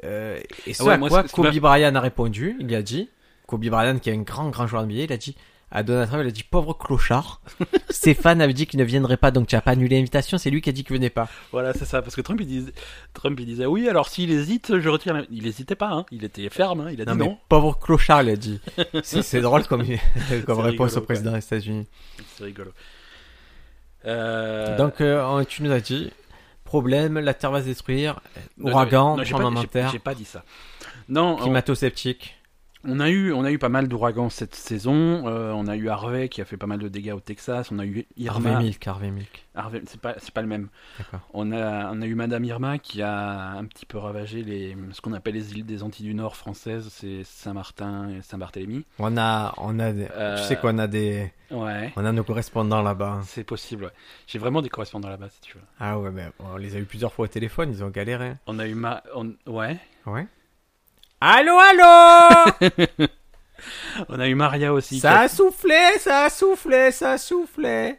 S2: Euh, et ce
S1: Ah ouais,
S2: à
S1: moi,
S2: quoi
S1: ce- ce qui m'a-
S2: Kobe Bryant a répondu, il a dit, Kobe Bryant qui est un grand grand joueur de NBA, il a dit à Donald Trump, il a dit pauvre clochard. Stéphane avait dit qu'il ne viendrait pas, donc tu n'as pas annulé l'invitation, c'est lui qui a dit qu'il venait pas.
S1: Voilà, c'est ça, parce que Trump il, disait, Trump il disait oui, alors s'il hésite, je retire. la- Il hésitait pas, hein. il était ferme, hein, il a dit
S2: Non,
S1: non.
S2: mais pauvre clochard, il a dit. C'est c'est drôle comme, comme
S1: rigolo,
S2: réponse au
S1: quoi.
S2: président des États-Unis.
S1: C'est rigolo. Euh,
S2: Donc euh, en- tu nous as dit problème, la terre va se détruire,
S1: non, non,
S2: ouragan,
S1: non, j'ai pas-
S2: tremblement de
S1: j'ai-
S2: terre,
S1: J'ai pas dit ça. Non, on-
S2: climato-sceptique.
S1: on a eu, on a eu pas mal d'ouragans cette saison. Euh, on a eu Harvey qui a fait pas mal de dégâts au Texas. On a eu
S2: Harvey
S1: Irma.
S2: Milk, Harvey Milk.
S1: Harvey- c'est pas, c'est pas le même.
S2: D'accord.
S1: On a, on a eu Madame Irma qui a un petit peu ravagé les, ce qu'on appelle les îles des Antilles du Nord françaises, c'est Saint-Martin et Saint-Barthélemy.
S2: On a, on a des-
S1: Euh,
S2: tu sais qu'on a des,
S1: Ouais.
S2: on a nos correspondants là-bas.
S1: C'est possible. ouais. J'ai vraiment des correspondants là-bas, si tu veux.
S2: Ah ouais, mais on les a eu plusieurs fois au téléphone, ils ont galéré.
S1: On a eu ma... on... ouais.
S2: Ouais. Allô, allô
S1: On a eu Maria aussi. qui
S2: Ah. Ça
S1: a-
S2: a soufflé, ça a soufflé, ça a soufflé.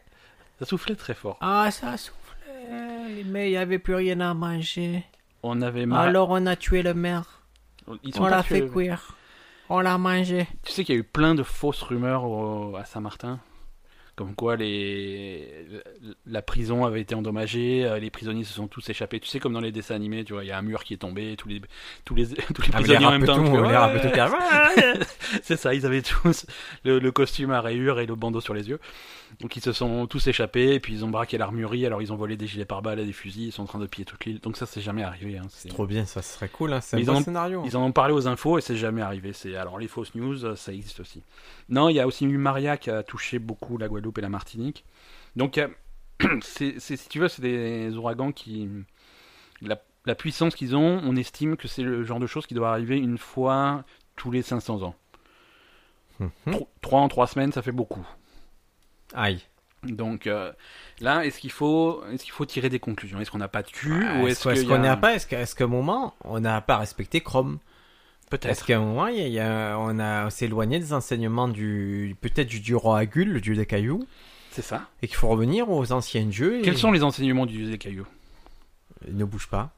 S1: ça soufflait très fort.
S2: Ah, ça a soufflé. Mais il n'y avait plus rien à manger.
S1: On avait Mar-
S2: Ah, Alors on a tué le maire.
S1: on- ils sont
S2: On
S1: pas
S2: l'a
S1: tués,
S2: fait
S1: mais-
S2: cuire. On l'a mangé.
S1: Tu sais qu'il y a eu plein de fausses rumeurs au- à Saint-Martin, comme quoi les la prison avait été endommagée, euh, les prisonniers se sont tous échappés. Tu sais comme dans les dessins animés, tu vois, il y a un mur qui est tombé, tous les tous les tous Ah, les prisonniers en même temps. tu fais, Ouais. C'est ça, ils avaient tous le, le costume à rayures et le bandeau sur les yeux. Donc ils se sont tous échappés, et puis ils ont braqué l'armurerie, alors ils ont volé des gilets pare-balles et des fusils, ils sont en train de piller toute l'île. Donc ça, c'est jamais arrivé. hein, c'est-
S2: Trop bien, ça serait cool. Hein. C'est
S1: Mais
S2: un
S1: ils en
S2: bon
S1: ont-
S2: scénario.
S1: Ils en ont parlé aux infos et c'est jamais arrivé. C'est Alors les fausses news, euh, ça existe aussi. Non, il y a aussi eu Maria qui a touché beaucoup la Guadeloupe et la Martinique. Donc euh, c'est c'est- si tu veux, c'est des ouragans qui... La, la puissance qu'ils ont, on estime que c'est le genre de choses qui doit arriver une fois tous les 500 ans.
S2: Mhm.
S1: Tro- Trois en trois semaines, ça fait beaucoup.
S2: Aïe.
S1: Donc euh, là, est-ce qu'il faut, est-ce qu'il faut tirer des conclusions Est-ce qu'on n'a pas tué ou
S2: Ah, est-ce
S1: est-ce
S2: qu'on
S1: qu'il y a-
S2: n'a pas, est-ce qu'à est-ce qu'à un moment, on n'a pas respecté Chrome Est-ce
S1: Peut-être.
S2: qu'à un moment, il y a- il y a- on, a- on s'est éloigné des enseignements du peut-être du dieu Roagul, le dieu des cailloux,
S1: C'est ça.
S2: et qu'il faut revenir aux anciens dieux et
S1: Quels sont les enseignements du Dieu des cailloux
S2: ne bouge pas.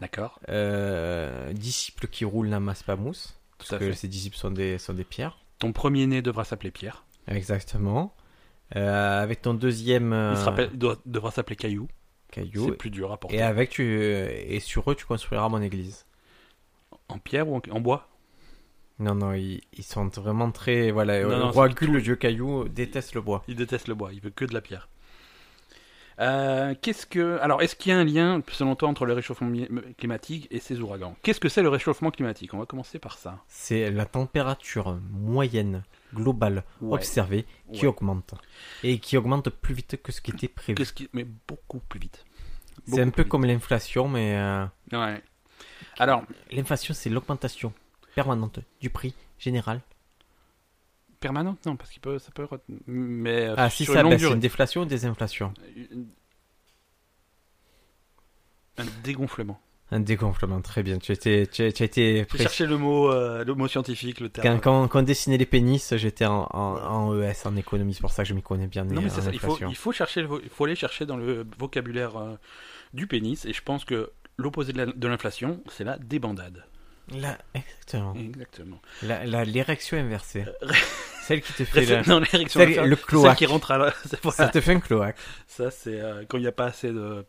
S1: D'accord.
S2: Euh, disciples qui roulent n'amassent pas mousse,
S1: Tout à
S2: parce que
S1: fait.
S2: ces disciples sont des, sont des pierres.
S1: Ton premier né devra s'appeler Pierre.
S2: Exactement. Euh, avec ton deuxième euh,
S1: Il, se rappelle- il doit- devra s'appeler Caillou.
S2: caillou.
S1: C'est plus dur à porter.
S2: Et avec tu et sur eux tu construiras mon église.
S1: En pierre ou en, en bois
S2: Non non ils, ils sont vraiment très voilà
S1: Non,
S2: le
S1: non,
S2: roi
S1: c'est
S2: Gul, le dieu caillou euh, déteste le bois.
S1: Il déteste le bois. Il veut que de la pierre. Euh, Qu'est-ce que alors est-ce qu'il y a un lien selon toi entre le réchauffement mi- climatique et ces ouragans Qu'est-ce que c'est le réchauffement climatique On va commencer par ça.
S2: C'est la température moyenne globale
S1: Ouais.
S2: observée qui
S1: Ouais.
S2: augmente et qui augmente plus vite que ce qui était prévu.
S1: Qu'est-ce qui mais beaucoup plus vite.
S2: C'est un
S1: Beaucoup
S2: peu
S1: plus
S2: comme l'inflation mais euh,
S1: vite. Ouais. Alors
S2: l'inflation c'est l'augmentation permanente du prix général
S1: permanente non parce qu'il peut ça peut re- mais euh,
S2: Ah, si
S1: sur
S2: ça
S1: une longue
S2: baisse, c'est une
S1: durée.
S2: déflation ou une désinflation
S1: Une- Un dégonflement.
S2: Un dégonflement, très bien. Tu, étais, tu, as- tu as été
S1: J'ai
S2: précis.
S1: cherché le mot euh, le mot scientifique le terme.
S2: Quand, quand, quand on dessinait les pénis, j'étais en, en, en ES, en économie, c'est pour ça que je m'y connais bien.
S1: Non
S2: et
S1: mais
S2: en
S1: c'est ça, il faut,
S2: inflation.
S1: il faut chercher, le vo- il faut aller chercher dans le vocabulaire euh, du pénis et je pense que l'opposé de la- de l'inflation, c'est la débandade.
S2: Là, exactement.
S1: Exactement.
S2: La- la- L'érection inversée.
S1: Euh,
S2: Celle qui te fait la-
S1: Non, l'érection
S2: Celle-
S1: inversée,
S2: le
S1: celle
S2: cloaque.
S1: qui rentre à la... c'est-
S2: Ça
S1: voilà.
S2: te fait un cloaque.
S1: Ça, c'est euh, quand il n'y a pas assez de...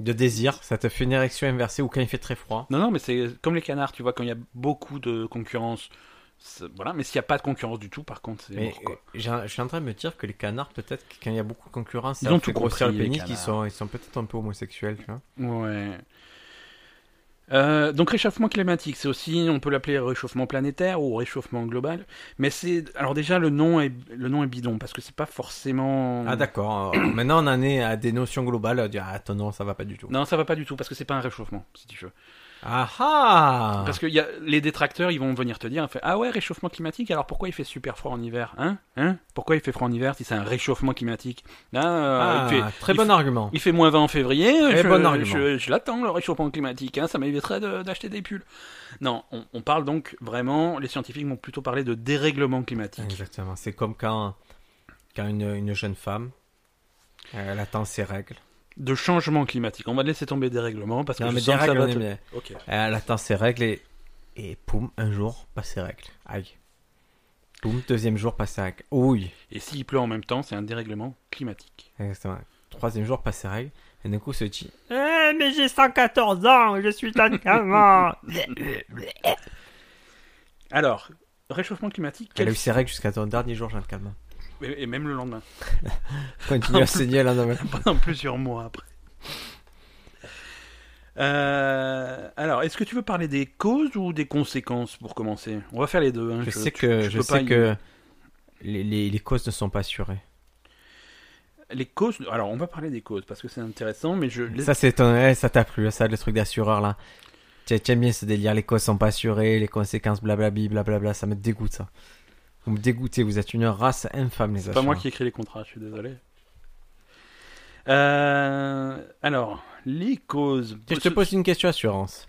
S2: De désir, ça te fait une érection inversée ou quand il fait très froid.
S1: Non, non, mais c'est comme les canards, tu vois, quand il y a beaucoup de concurrence. c'est- Voilà, mais s'il n'y a pas de concurrence du tout, par contre, c'est
S2: Mais
S1: mort, quoi.
S2: euh, j'ai- je suis en train de me dire que les canards, peut-être, que quand il y a beaucoup de concurrence,
S1: Ils
S2: ça
S1: ont
S2: fait
S1: tout
S2: grossir
S1: compris,
S2: le
S1: les
S2: pénis, ils
S1: canards.
S2: sont, ils sont peut-être un peu homosexuels, tu
S1: Hmm.
S2: vois.
S1: Ouais. Euh, donc réchauffement climatique, c'est aussi, on peut l'appeler réchauffement planétaire ou réchauffement global, mais c'est, alors déjà le nom est, le nom est bidon parce que c'est pas forcément.
S2: Ah d'accord, euh, maintenant on en est à des notions globales, dire ah attends non ça va pas du tout.
S1: Non, ça va pas du tout parce que c'est pas un réchauffement, si tu veux.
S2: Ah ah
S1: Parce que y a, les détracteurs, ils vont venir te dire, fait, ah ouais, réchauffement climatique. Alors pourquoi il fait super froid en hiver, hein, hein Pourquoi il fait froid en hiver si c'est un réchauffement climatique Là, euh,
S2: Ah,
S1: il fait-
S2: très
S1: il
S2: bon
S1: fait-
S2: argument.
S1: Il fait moins 20 en février,
S2: Eh,
S1: je,
S2: bon argument.
S1: je- je l'attends le réchauffement climatique, hein, ça m'éviterait de- d'acheter des pulls. Non, on, on parle donc vraiment, les scientifiques vont plutôt parler de dérèglement climatique.
S2: Exactement, c'est comme quand, quand une, une jeune femme, elle attend ses règles.
S1: De changement climatique. On va laisser tomber dérèglement parce que
S2: Non
S1: je
S2: mais
S1: sens
S2: des
S1: que ça
S2: règles,
S1: va
S2: on
S1: te-
S2: aime bien.
S1: Ok.
S2: elle attend ses règles et, et poum, un jour, pas ses règles. Aïe. Poum, deuxième jour, pas ses règles. Oui.
S1: Et s'il pleut en même temps, c'est un dérèglement climatique.
S2: Exactement. Troisième jour, pas ses règles. Et d'un coup, se dit
S3: Eh, mais j'ai 114 ans, je suis un gamin.
S1: Alors, réchauffement climatique,
S2: qu'elle
S1: quel-
S2: a eu ses règles jusqu'à ton dernier jour, Jean Calme.
S1: et et même le lendemain,
S2: Continue à saigner là lendemain.
S1: pendant plusieurs mois après. Euh, alors, est-ce que tu veux parler des causes ou des conséquences pour commencer On va faire les deux. hein,
S2: Je
S1: je-
S2: sais que,
S1: tu
S2: je
S1: peux pas
S2: sais
S1: y-
S2: que les, les, les causes ne sont pas assurées.
S1: Les causes. Alors, on va parler des causes parce que c'est intéressant, mais je. les-
S2: Ça, c'est ton- eh, ça t'a plu, ça, le truc d'assureur là. Tiens, T'aimes bien ce délire, les causes sont pas assurées, les conséquences, blablabli, blablabla, ça me dégoûte ça. Vous me dégoûtez, vous êtes une race infâme, les
S1: c'est pas moi
S2: assureurs.
S1: qui écris les contrats, je suis désolé. Euh, Alors, les causes.
S2: Tiens, Je te pose une question assurance.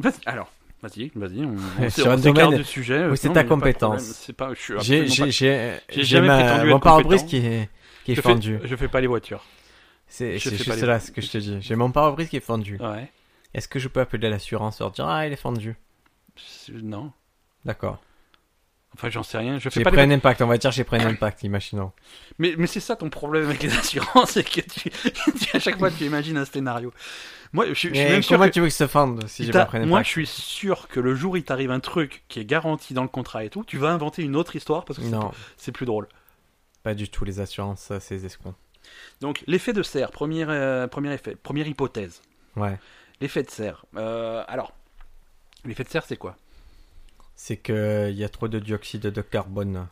S1: Vas-y, alors, vas-y, vas-y. On, on
S2: Sur
S1: s'é- on
S2: un
S1: s'écarte
S2: domaine
S1: du sujet.
S2: où
S1: euh,
S2: c'est
S1: non,
S2: ta
S1: mais y a pas de
S2: compétence.
S1: problème, C'est pas. Je suis
S2: J'ai
S1: absolument
S2: j'ai-
S1: pas-
S2: j'ai
S1: j'ai
S2: j'ai
S1: jamais
S2: ma
S1: prétendu
S2: mon
S1: être
S2: pare-brise
S1: compétent.
S2: qui est qui est
S1: je fais-
S2: fendu.
S1: Je fais pas les voitures.
S2: C'est
S1: je fais
S2: c'est
S1: pas
S2: juste
S1: les-
S2: là ce que je te dis. J'ai mon pare-brise qui est fendu.
S1: Ouais.
S2: Est-ce que je peux appeler l'assurance leur dire ah il est fendu
S1: Je- Non.
S2: D'accord.
S1: Enfin, j'en sais rien. Je fais
S2: J'ai
S1: pas
S2: pris
S1: les
S2: un impact. On va dire j'ai pris un impact. Imaginons.
S1: Mais, mais c'est ça ton problème avec les assurances, c'est que tu, tu- à chaque fois tu imagines un scénario. Moi, je, je suis
S2: Mais
S1: même sûr
S2: comment
S1: que
S2: tu veux que se fende si
S1: il
S2: j'ai
S1: t'a-
S2: pas pris un
S1: moi, je
S2: impact
S1: suis sûr que le jour où il t'arrive un truc qui est garanti dans le contrat et tout, tu vas inventer une autre histoire parce que c'est-
S2: Non,
S1: c'est plus drôle.
S2: pas du tout. Les assurances, ça, c'est des escrocs.
S1: Donc, l'effet de serre, premier, euh, premier effet, première hypothèse.
S2: Ouais.
S1: L'effet de serre. Euh, alors, l'effet de serre, c'est quoi
S2: C'est que il y a trop de dioxyde de carbone.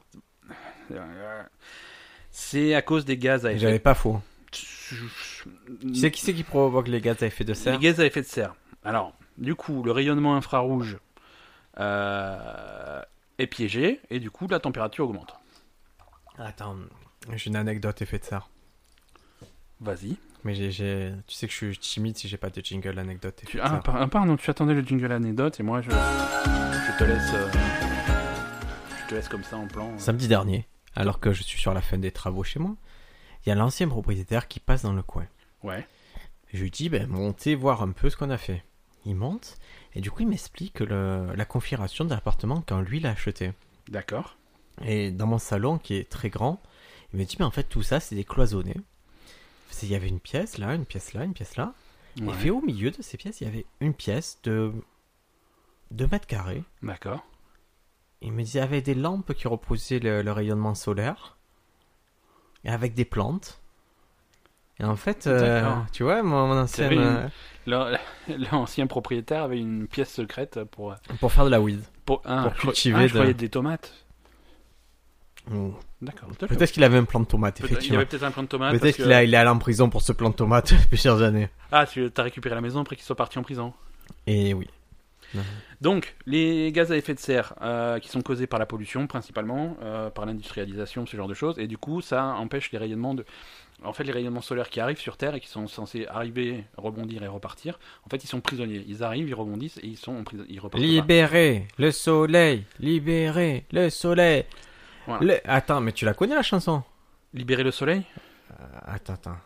S1: C'est à cause des gaz à
S2: Et
S1: effet
S2: J'avais pas faux.
S1: de
S2: Tu sais qui c'est qui provoque les gaz à effet de serre
S1: Les gaz à effet de serre. Alors, du coup, le rayonnement infrarouge euh, est piégé et du coup, la température augmente.
S2: Attends, j'ai une anecdote effet de serre.
S1: Vas-y.
S2: Mais j'ai- j'ai, tu sais que je suis timide si j'ai pas de jingle anecdote. effet
S1: Tu...
S2: de
S1: Ah,
S2: serre.
S1: par- ah, pardon, tu attendais le jingle anecdote et moi, je, je te laisse. euh, Je te laisse comme ça en plan. euh.
S2: Samedi dernier, alors que je suis sur la fin des travaux chez moi, il y a l'ancien propriétaire qui passe dans le coin.
S1: Ouais.
S2: Je lui dis, ben, montez voir un peu ce qu'on a fait. Il monte, et du coup, il m'explique le- la configuration de l'appartement quand lui l'a acheté.
S1: D'accord.
S2: Et dans mon salon, qui est très grand, il me dit, mais en fait, tout ça, c'est des cloisonnés. C'est- Il y avait une pièce là, une pièce là, une pièce là.
S1: Ouais.
S2: Et fait, au milieu de ces pièces, il y avait une pièce de 2 mètres carrés.
S1: D'accord.
S2: Il me disait avec des lampes qui repoussaient le, le rayonnement solaire et avec des plantes. Et en fait, euh,
S1: D'accord.
S2: tu vois, mon, mon ancien.
S1: T'avais une-
S2: euh,
S1: Là, L'ancien propriétaire avait une pièce secrète pour.
S2: pour faire de la weed.
S1: Pour, ah,
S2: Pour
S1: je crois-
S2: cultiver
S1: ah, je
S2: de-
S1: croyais des tomates.
S2: Ou-
S1: D'accord.
S2: Mm. Peut-être qu'il avait un plan de tomate,
S1: Peut-être- Il y
S2: effectivement.
S1: avait peut-être un plan de tomates.
S2: Peut-être
S1: parce
S2: qu'il
S1: que-
S2: a- il est allé en prison pour ce plan de tomate depuis plusieurs années.
S1: Ah, tu as récupéré la maison après qu'il soit parti en prison.
S2: Et oui.
S1: Donc, les gaz à effet de serre euh, qui sont causés par la pollution principalement, euh, par l'industrialisation, ce genre de choses, et du coup, ça empêche les rayonnements de. En fait, les rayonnements solaires qui arrivent sur Terre et qui sont censés arriver, rebondir et repartir, en fait, ils sont prisonniers. Ils arrivent, ils rebondissent et ils sont en prison. Ils repartent. pas.
S2: Libérer le soleil, libérer le soleil.
S1: Voilà.
S2: Le- Attends, mais tu la connais la chanson Ah,
S1: Libérer le soleil
S2: Euh, Attends, attends.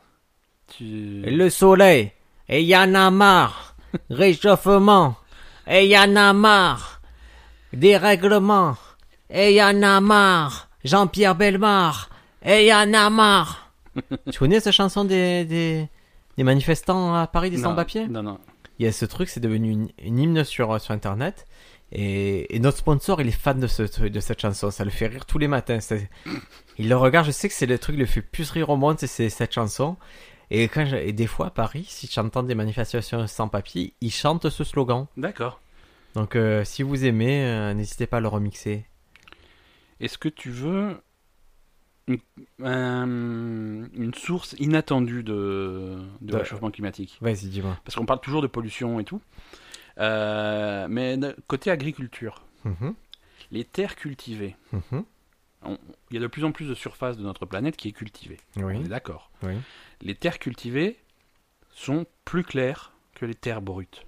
S1: tu...
S2: Le soleil, et y en a marre. Réchauffement. Et y en a marre. Dérèglement. Et y en a marre. Jean-Pierre Bellemare. Et y en a marre. tu connais cette chanson des, des, des manifestants à Paris, des
S1: Non,
S2: sans-papiers
S1: Non, non.
S2: Il y a ce truc, c'est devenu une, une hymne sur, euh, sur Internet. Et, et notre sponsor, il est fan de, ce, truc- de cette chanson. Ça le fait rire tous les matins. C'est- Il le regarde, je sais que c'est le truc qui le fait plus rire au monde, c'est- c'est cette chanson. Et, quand je- et des fois, à Paris, si j'entends des manifestations sans papier, ils chantent ce slogan.
S1: D'accord.
S2: Donc euh, si vous aimez, euh, n'hésitez pas à le remixer.
S1: Est-ce que tu veux une, un- une source inattendue de, de
S2: De-
S1: réchauffement climatique
S2: Vas-y, dis-moi.
S1: Parce qu'on parle toujours de pollution et tout. Euh, mais de- côté agriculture,
S2: Mhm,
S1: les terres cultivées,
S2: mhm.
S1: il y a de plus en plus de surface de notre planète qui est cultivée. On est
S2: Oui,
S1: d'accord.
S2: oui.
S1: Les terres cultivées sont plus claires que les terres brutes.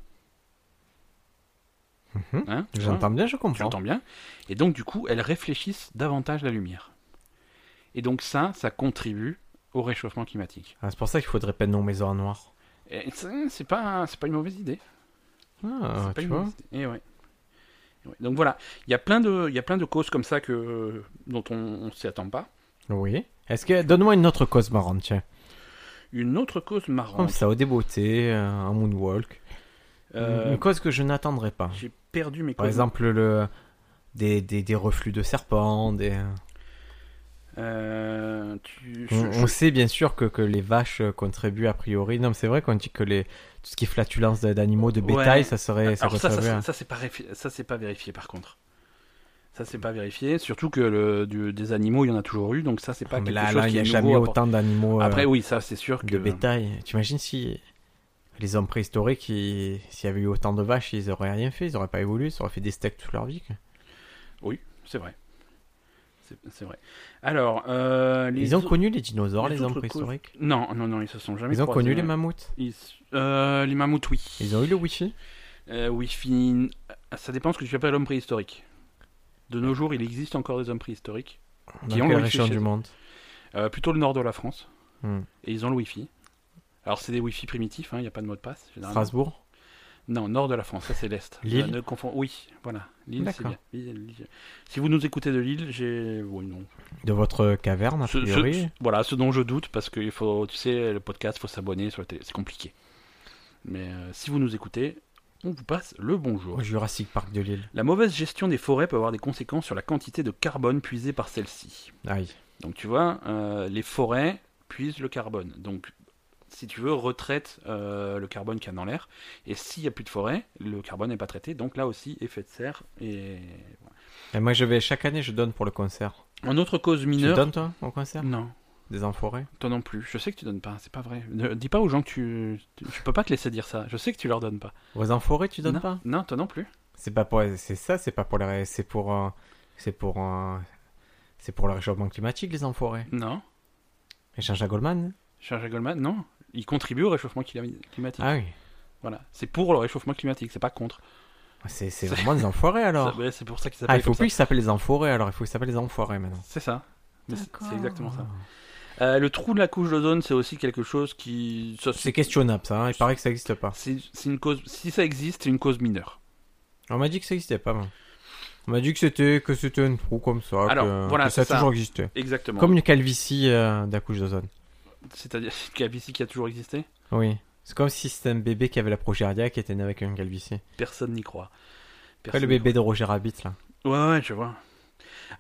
S2: Mhm.
S1: Hein, tu vois
S2: J'entends bien, je
S1: Tu
S2: comprends.
S1: entends bien. Et donc, du coup, elles réfléchissent davantage la lumière. Et donc, ça, ça contribue au réchauffement climatique.
S2: Ah, c'est pour ça qu'il faudrait peindre nos maisons en noir.
S1: Et c'est c'est pas, c'est pas une mauvaise idée.
S2: Ah,
S1: C'est pas
S2: tu
S1: une
S2: vois.
S1: mauvaise idée. Eh ouais. Eh ouais. Donc voilà, il y, a plein de, il y a plein de causes comme ça que, dont on ne s'y attend pas.
S2: Oui. Est-ce que donne-moi une autre cause marrante, tiens.
S1: Une autre cause
S2: Comme
S1: marrante.
S2: ça, au débeauté, euh, un moonwalk.
S1: Euh,
S2: Une cause que je n'attendrai pas.
S1: J'ai perdu mes
S2: Par
S1: causes.
S2: exemple, le, des, des, des reflux de serpents. Des...
S1: Euh, tu- je-
S2: On,
S1: je-
S2: on sait bien sûr que, que les vaches contribuent a priori. Non, mais c'est vrai qu'on dit que les, tout ce qui est flatulence d'animaux, de
S1: Ouais.
S2: bétail, ça serait. Ça
S1: Alors ça, ça,
S2: contribue à-
S1: ça, c'est pas réfi- ça c'est pas vérifié par contre. Ça c'est pas vérifié, surtout que le, du- des animaux il y en a toujours eu, donc ça c'est pas
S2: Mais
S1: quelque
S2: là,
S1: chose
S2: là,
S1: qui
S2: il n'y a
S1: est
S2: jamais
S1: nouveau à porter.
S2: autant d'animaux euh,
S1: Après oui, ça c'est sûr que
S2: de bétail. T'imagines si les hommes préhistoriques, ils- s'il y avait eu autant de vaches, ils auraient rien fait, ils n'auraient pas évolué, ils auraient fait des steaks toute leur vie. quoi.
S1: c'est vrai. C'est c'est vrai. Alors euh, les
S2: Ils ont
S1: au-
S2: connu les dinosaures,
S1: les
S2: les hommes
S1: autres causes-
S2: préhistoriques.
S1: Non non non ils se sont jamais.
S2: Ils ont
S1: croisés.
S2: connu les mammouths.
S1: Ils- euh, les mammouths oui.
S2: Ils ont eu le wifi.
S1: Euh, oui fin- Ça dépend ce que tu appelles l'homme préhistorique. De nos jours il existe encore des hommes préhistoriques. Qui ont
S2: Dans quelle
S1: le wifi
S2: région
S1: chez
S2: du
S1: eux.
S2: monde
S1: Euh, plutôt le nord de la France.
S2: Hmm.
S1: Et ils ont le Wi-Fi. Alors c'est des Wi-Fi primitifs, il n'y a pas de mot de passe. généralement.
S2: Strasbourg
S1: Non, nord de la France, ça c'est l'Est.
S2: Lille
S1: Euh, ne confond... Oui, voilà. Lille, c'est
S2: D'accord.
S1: bien. Lille, Lille. Si vous nous écoutez de Lille, j'ai... Oui, non.
S2: De votre caverne, a
S1: Ce- ce-
S2: priori
S1: ce- voilà, ce dont je doute, parce que il faut, tu sais, le podcast, faut s'abonner sur la télé, c'est compliqué. Mais euh, si vous nous écoutez, on vous passe le bonjour.
S2: Au Jurassic Park de Lille.
S1: La mauvaise gestion des forêts peut avoir des conséquences sur la quantité de carbone puisée par celles-ci.
S2: Aïe.
S1: Donc tu vois, euh, les forêts puisent le carbone. Donc si tu veux, retraite euh, le carbone qu'il y a dans l'air. Et s'il n'y a plus de forêt, le carbone n'est pas traité. Donc là aussi, effet de serre. Et... voilà.
S2: Et moi, je vais chaque année, je donne pour le concert.
S1: En autre cause
S2: Tu
S1: mineure...
S2: donnes, toi, au concert
S1: Non,
S2: Des enfoirés
S1: toi non plus. Je sais que tu donnes pas, c'est pas vrai. Ne dis pas aux gens que tu... tu- Je peux pas te laisser dire ça. Je sais que tu leur donnes pas.
S2: Aux enfoirés, tu donnes
S1: non.
S2: pas
S1: Non, toi non plus.
S2: C'est pas pour. C'est ça, c'est pas pour les. C'est pour. euh, C'est pour. euh, C'est pour le réchauffement climatique, les enfoirés.
S1: Non.
S2: Et Jean-Jacques Goldman
S1: Charles Goldman, non. Il contribue au réchauffement clima- climatique.
S2: Ah oui.
S1: Voilà. C'est pour le réchauffement climatique, c'est pas contre.
S2: Ah, C'est c'est
S1: C'est-
S2: vraiment des enfoirés alors.
S1: Ça- ouais, C'est pour ça qu'il s'appelle
S2: Ah, il faut
S1: comme ça.
S2: plus qu'ils s'appellent les enfoirés alors, il faut qu'ils s'appellent les enfoirés maintenant.
S1: C'est ça. Mais c'est-
S3: D'accord.
S1: C'est exactement ça.
S2: Ah.
S1: Euh, le trou de la couche d'ozone, c'est aussi quelque chose qui. ça,
S2: C'est
S1: c'est-
S2: questionnable ça, hein, il paraît que ça n'existe pas.
S1: C'est c'est une cause. Si ça existe, c'est une cause mineure.
S2: On m'a dit que ça existait pas. moi. On m'a dit que c'était que c'était un trou comme ça.
S1: Alors,
S2: que,
S1: voilà,
S2: que ça a
S1: c'est ça.
S2: toujours existé.
S1: Exactement.
S2: Comme une calvitie euh, d'un couche d'ozone.
S1: C'est-à-dire une calvitie qui a toujours existé.
S2: Oui. C'est comme si c'était un bébé qui avait la progéria qui était né avec une calvitie.
S1: Personne n'y croit.
S2: Après
S1: Personne
S2: le
S1: n'y
S2: bébé de Roger Rabbit là.
S1: croit. Ouais, ouais, je vois.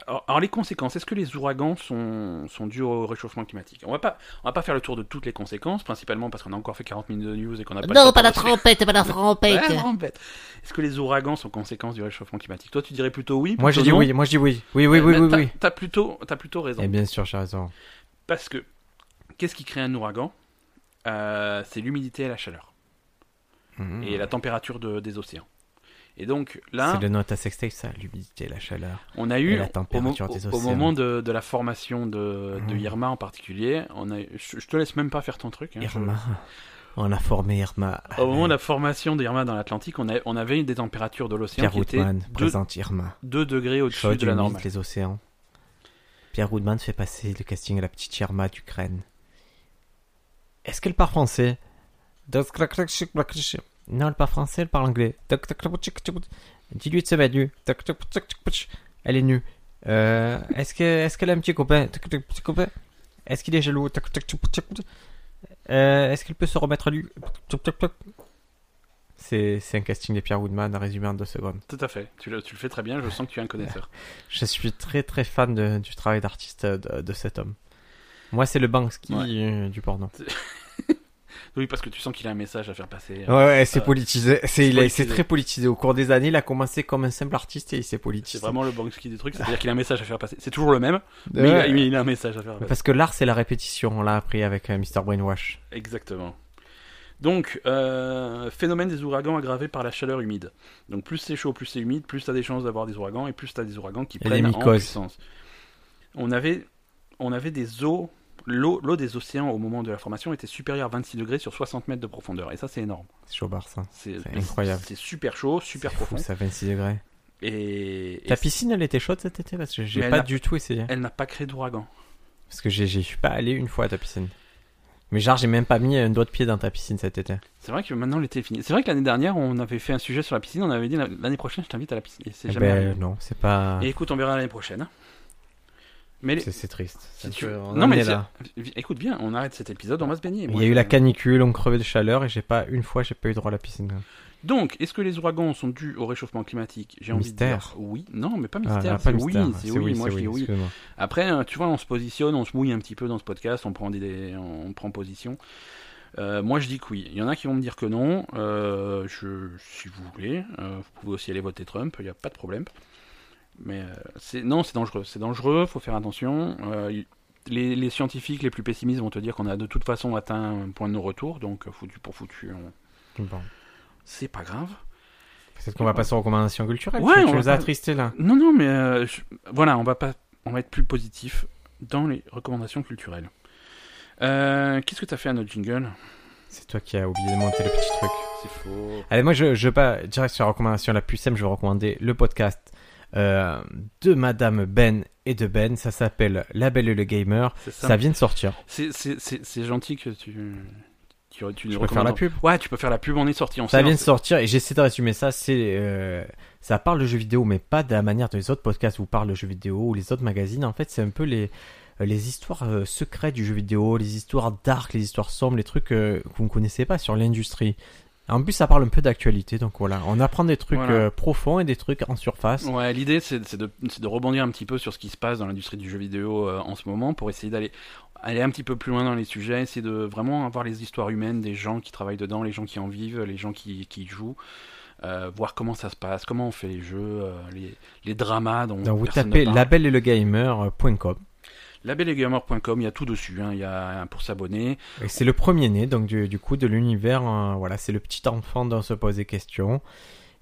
S1: Alors, alors, les conséquences. Est-ce que les ouragans sont, sont dus au réchauffement climatique On va pas, on va pas faire le tour de toutes les conséquences, principalement parce qu'on a encore fait 40 minutes de news et qu'on a pas. le temps
S4: Non, pas
S1: de-
S4: la trompette, pas la trompette.
S1: Ouais, en fait. Est-ce que les ouragans sont conséquences du réchauffement climatique Toi, tu dirais plutôt oui.
S2: Moi j'ai
S1: plutôt
S2: dit
S1: non
S2: oui, moi j'ai dit oui. Oui, oui,
S1: Euh,
S2: oui,
S1: mais
S2: oui,
S1: t'as-
S2: oui. Eh ben.
S1: T'as plutôt, t'as plutôt raison.
S2: Et bien sûr, j'ai raison.
S1: Parce que qu'est-ce qui crée un ouragan Euh, C'est l'humidité et la chaleur.
S2: Mhm.
S1: Et la température de- des océans. Et donc là,
S2: C'est le nom à ta sextape ça, l'humidité, la chaleur.
S1: on a eu,
S2: la
S1: au
S2: température
S1: mo-
S2: des
S1: au, au
S2: océans.
S1: moment de, de la formation de, de
S2: Mhm.
S1: Irma en particulier, on a, je, je te laisse même pas faire ton truc. hein, je-
S2: Irma. On a formé Irma.
S1: Au moment de la formation d'Irma dans l'Atlantique, on, a- on avait des températures de l'océan
S2: Pierre
S1: qui étaient
S2: Woodman
S1: 2,
S2: présente Irma.
S1: degrés au-dessus
S2: Chaude,
S1: de la
S2: humide,
S1: normale.
S2: les océans. Pierre Woodman fait passer le casting à la petite Irma d'Ukraine. Est-ce qu'elle parle français Non, elle parle français, elle parle anglais. Toc, toc, toc, tchic, tchic. Dis-lui de se mettre nue. Toc, toc, toc, toc, tchic. Elle est nue. Euh, est-ce que, est-ce qu'elle a un petit copain Toc, toc, petit copain. Est-ce qu'il est jaloux Toc, toc, toc, tchic, tchic. Euh, Est-ce qu'elle peut se remettre à lui Toc, toc, toc. C'est, c'est un casting de Pierre Woodman à résumer en deux secondes.
S1: Tout à fait. Tu le, tu le fais très bien. Je sens que tu es un connaisseur.
S2: Je suis très très fan de- du travail d'artiste euh, de, de cet homme. Moi, c'est le Banksy
S1: Ouais.
S2: euh, du porno.
S1: Oui, parce que tu sens qu'il a un message à faire passer.
S2: Ouais, ouais, c'est
S1: Euh,
S2: politisé. C'est il a-
S1: politisé.
S2: c'est très politisé. Au cours des années, il a commencé comme un simple artiste et il s'est politisé.
S1: C'est vraiment le Banksy des trucs. C'est-à-dire qu'il a un message à faire passer. C'est toujours le même, mais
S2: Ouais.
S1: il a- mais il a un message à faire passer.
S2: Parce que l'art, c'est la répétition. On l'a appris avec euh, Mr. Brainwash.
S1: Exactement. Donc, euh, phénomène des ouragans aggravé par la chaleur humide. Donc, plus c'est chaud, plus c'est humide, plus t'as des chances d'avoir des ouragans et plus t'as des ouragans qui
S2: Et les
S1: prennent en
S2: mycoses.
S1: puissance. On avait, on avait des eaux, l'eau l'eau des océans au moment de la formation était supérieure à 26 degrés sur 60 mètres de profondeur. Et ça, c'est énorme.
S2: C'est chaud, bar, ça.
S1: C'est
S2: C'est incroyable.
S1: C'est super chaud, super
S2: C'est fou,
S1: profond.
S2: ça, 26 degrés.
S1: Et, et
S2: Ta piscine, elle était chaude cet été parce que j'ai
S1: Mais
S2: pas
S1: elle a-
S2: du tout essayé.
S1: elle n'a pas créé d'ouragan.
S2: Parce que j'ai- j'y suis pas allé une fois à ta piscine. Mais genre, j'ai même pas mis un doigt de pied dans ta piscine cet été.
S1: C'est vrai que maintenant l'été est fini. C'est vrai que l'année dernière, on avait fait un sujet sur la piscine. On avait dit l'année prochaine, je t'invite à la piscine. Et c'est
S2: Eh
S1: jamais
S2: ben,
S1: arrivé.
S2: non, c'est pas.
S1: Et écoute, on verra l'année prochaine. hein. Mais les-
S2: C'est c'est triste.
S1: Si
S2: C'est un
S1: tu-
S2: peu- on
S1: Non,
S2: en
S1: mais
S2: est
S1: c'est-
S2: là.
S1: vi- écoute bien, on arrête cet épisode, on va se baigner.
S2: Il
S1: Moi,
S2: y a
S1: je-
S2: eu la canicule, on crevait de chaleur et j'ai pas une fois j'ai pas eu droit à la piscine. Ah,
S1: Donc, est-ce que les ouragans sont dus au réchauffement climatique J'ai envie de
S2: Mystère.
S1: dire oui. Non, mais pas
S2: Ah,
S1: mystère.
S2: ah,
S1: c'est
S2: pas
S1: oui,
S2: mystère,
S1: c'est oui, Moi, je dis oui.
S2: excuse-moi.
S1: Après, hein, tu vois, on se positionne, on se mouille un petit peu dans ce podcast, on prend des, on prend position. Euh, moi, je dis que oui. Il y en a qui vont me dire que non. Euh, je, si vous voulez, euh, vous pouvez aussi aller voter Trump. Il n'y a pas de problème. Mais euh, c'est non, c'est dangereux. C'est dangereux. Faut faire attention. Euh, il- les, les scientifiques les plus pessimistes vont te dire qu'on a de toute façon atteint un point de non-retour. Donc, euh, foutu pour foutu, on-
S2: Bon.
S1: c'est pas grave.
S2: Peut-être qu'on va passer aux recommandations culturelles.
S1: Ouais,
S2: tu- tu
S1: on va
S2: nous as
S1: pas-
S2: attristés là.
S1: Non, non, mais euh, je- voilà, on va pas, on va être plus positif dans les recommandations culturelles. Euh, Qu'est-ce que t'as fait à notre jingle
S2: C'est toi qui as oublié de monter le petit truc.
S1: C'est faux.
S2: Allez, moi, je, je vais pas direct sur la recommandation la plus simple. Je vais recommander le podcast euh, de Madame Ben et de Ben. Ça s'appelle La Belle et le Gamer.
S1: C'est ça.
S2: Ça vient de sortir.
S1: C'est- C'est c'est- c'est gentil que tu, tu, tu
S2: Je
S1: nous
S2: peux faire la
S1: recommandes.
S2: pub.
S1: Ouais, tu peux faire la pub. On est sorti. On
S2: Ça
S1: sait,
S2: vient
S1: on
S2: de
S1: sait.
S2: sortir et j'essaie de résumer ça. C'est euh, ça parle de jeux vidéo, mais pas de la manière dont les autres podcasts vous parlent de jeux vidéo ou les autres magazines. En fait, c'est un peu les les histoires euh, secrètes du jeu vidéo, les histoires dark, les histoires sombres, les trucs euh, que vous ne connaissez pas sur l'industrie. En plus, ça parle un peu d'actualité, donc voilà, on apprend des trucs
S1: Voilà.
S2: euh, profonds et des trucs en surface.
S1: Ouais, l'idée c'est c'est de, c'est de rebondir un petit peu sur ce qui se passe dans l'industrie du jeu vidéo euh, en ce moment pour essayer d'aller aller un petit peu plus loin dans les sujets, essayer de vraiment avoir les histoires humaines des gens qui travaillent dedans, les gens qui en vivent, les gens qui, qui y jouent, euh, voir comment ça se passe, comment on fait les jeux, euh, les, les dramas dont
S2: Donc vous
S1: personne ne
S2: tapez
S1: parle.
S2: euh, labelletlegamer.com
S1: labellegamer.com, il y a tout dessus, hein, il y a un pour s'abonner.
S2: et c'est le premier né donc du, du coup de l'univers. euh, voilà, c'est le petit enfant dont se pose des questions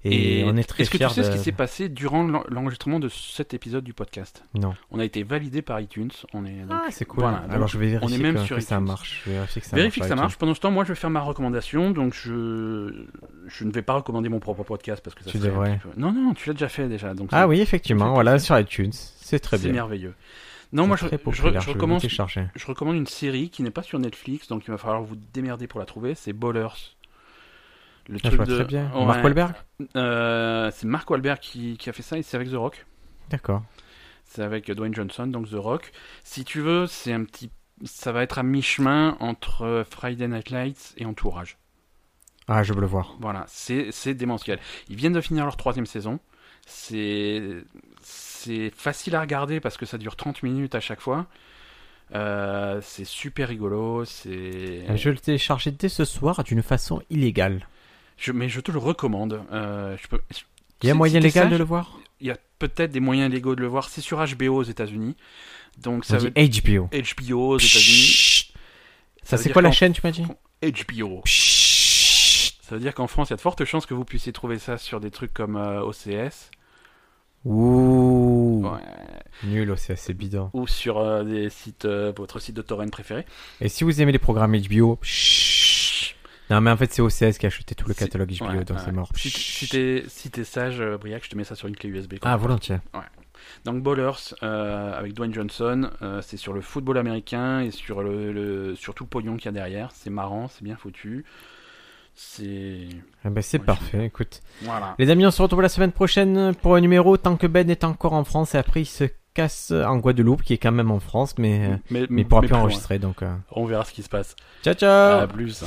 S2: et, on est très
S1: Est-ce que
S2: fiers
S1: tu sais ce
S2: de-
S1: qui s'est passé durant l'en- l'enregistrement de cet épisode du podcast
S2: Non.
S1: On a été validé par iTunes, on est donc
S2: Ah, c'est cool.
S1: voilà,
S2: Alors
S1: donc,
S2: je vais vérifier
S1: on est même
S2: que,
S1: sur
S2: que ça
S1: iTunes.
S2: marche. Je vais vérifier que ça
S1: Vérifie que
S2: marche.
S1: ça
S2: avec
S1: marche. Pendant ce temps, moi, je vais faire ma recommandation. Donc, je, je ne vais pas recommander mon propre podcast parce que ça
S2: Tu
S1: serait un
S2: devrais.
S1: petit peu- Non, non, tu l'as déjà fait déjà. Donc
S2: iTunes. Ah oui, effectivement.
S1: C'est
S2: Voilà, sur iTunes. C'est très
S1: c'est
S2: bien.
S1: merveilleux. Non, moi, je,
S2: C'est très
S1: je-
S2: populaire,
S1: je
S2: vais
S1: recommande,
S2: le télécharger. Ah,
S1: je recommande une série qui n'est pas sur Netflix, donc il va falloir vous démerder pour la trouver. C'est Ballers. Le
S2: Ah, je vois très bien.
S1: Ouais.
S2: Mark Wahlberg
S1: Euh, c'est Mark Wahlberg qui, qui a fait ça et c'est avec The Rock.
S2: D'accord.
S1: C'est avec Dwayne Johnson, donc The Rock. Si tu veux, c'est un petit. Ça va être à mi-chemin entre Friday Night Lights et Entourage.
S2: Ah, je veux le voir.
S1: Voilà, c'est c'est démentiel. Ils viennent de finir leur troisième saison. C'est c'est facile à regarder parce que ça dure 30 minutes à chaque fois. Euh, c'est super rigolo. C'est.
S2: Ah, Je vais le télécharger dès ce soir d'une façon illégale.
S1: Je- mais je te le recommande. Euh, je peux. je-
S2: Il y a
S1: si- si
S2: moyen
S1: t'es
S2: légal de
S1: sage,
S2: le voir
S1: Il y a peut-être des moyens légaux de le voir. C'est sur HBO aux États-Unis. Donc
S2: On
S1: ça veut
S2: dit HBO.
S1: HBO aux États-Unis.
S2: Chut. Ça,
S1: veut
S2: c'est
S1: dire
S2: quoi la
S1: qu'en-
S2: chaîne, tu m'as dit
S1: HBO.
S2: Chut.
S1: Ça veut dire qu'en France, il y a de fortes chances que vous puissiez trouver ça sur des trucs comme euh, OCS
S2: Ouh.
S1: ouais,
S2: Nul, oh, c'est assez bidon.
S1: ou sur euh, des sites, euh, votre site de torrent préféré.
S2: Et si vous aimez les programmes HBO, chut. non mais en fait c'est OCS qui a acheté tout le
S1: Si-
S2: catalogue HBO,
S1: Ouais,
S2: donc
S1: ouais.
S2: c'est mort.
S1: Si, t- si t'es si t'es sage, euh, Briac, je te mets ça sur une clé USB. quoi.
S2: Ah volontiers.
S1: Donc Ballers euh, avec Dwayne Johnson, euh, c'est sur le football américain et sur le, le- sur tout le pognon qu'il y a derrière. C'est marrant, c'est bien foutu. C'est.
S2: Ah bah, c'est
S1: Ouais,
S2: parfait, écoute.
S1: Voilà.
S2: Les amis, on se retrouve la semaine prochaine pour un numéro tant que Ben est encore en France et après il se casse en Guadeloupe qui est quand même en France mais, euh, mais il pourra
S1: Mm. mais
S2: plus
S1: loin. Ah,
S2: enregistrer donc. euh,
S1: On verra ce qui se passe.
S2: Ciao
S1: À
S2: ciao
S1: plus.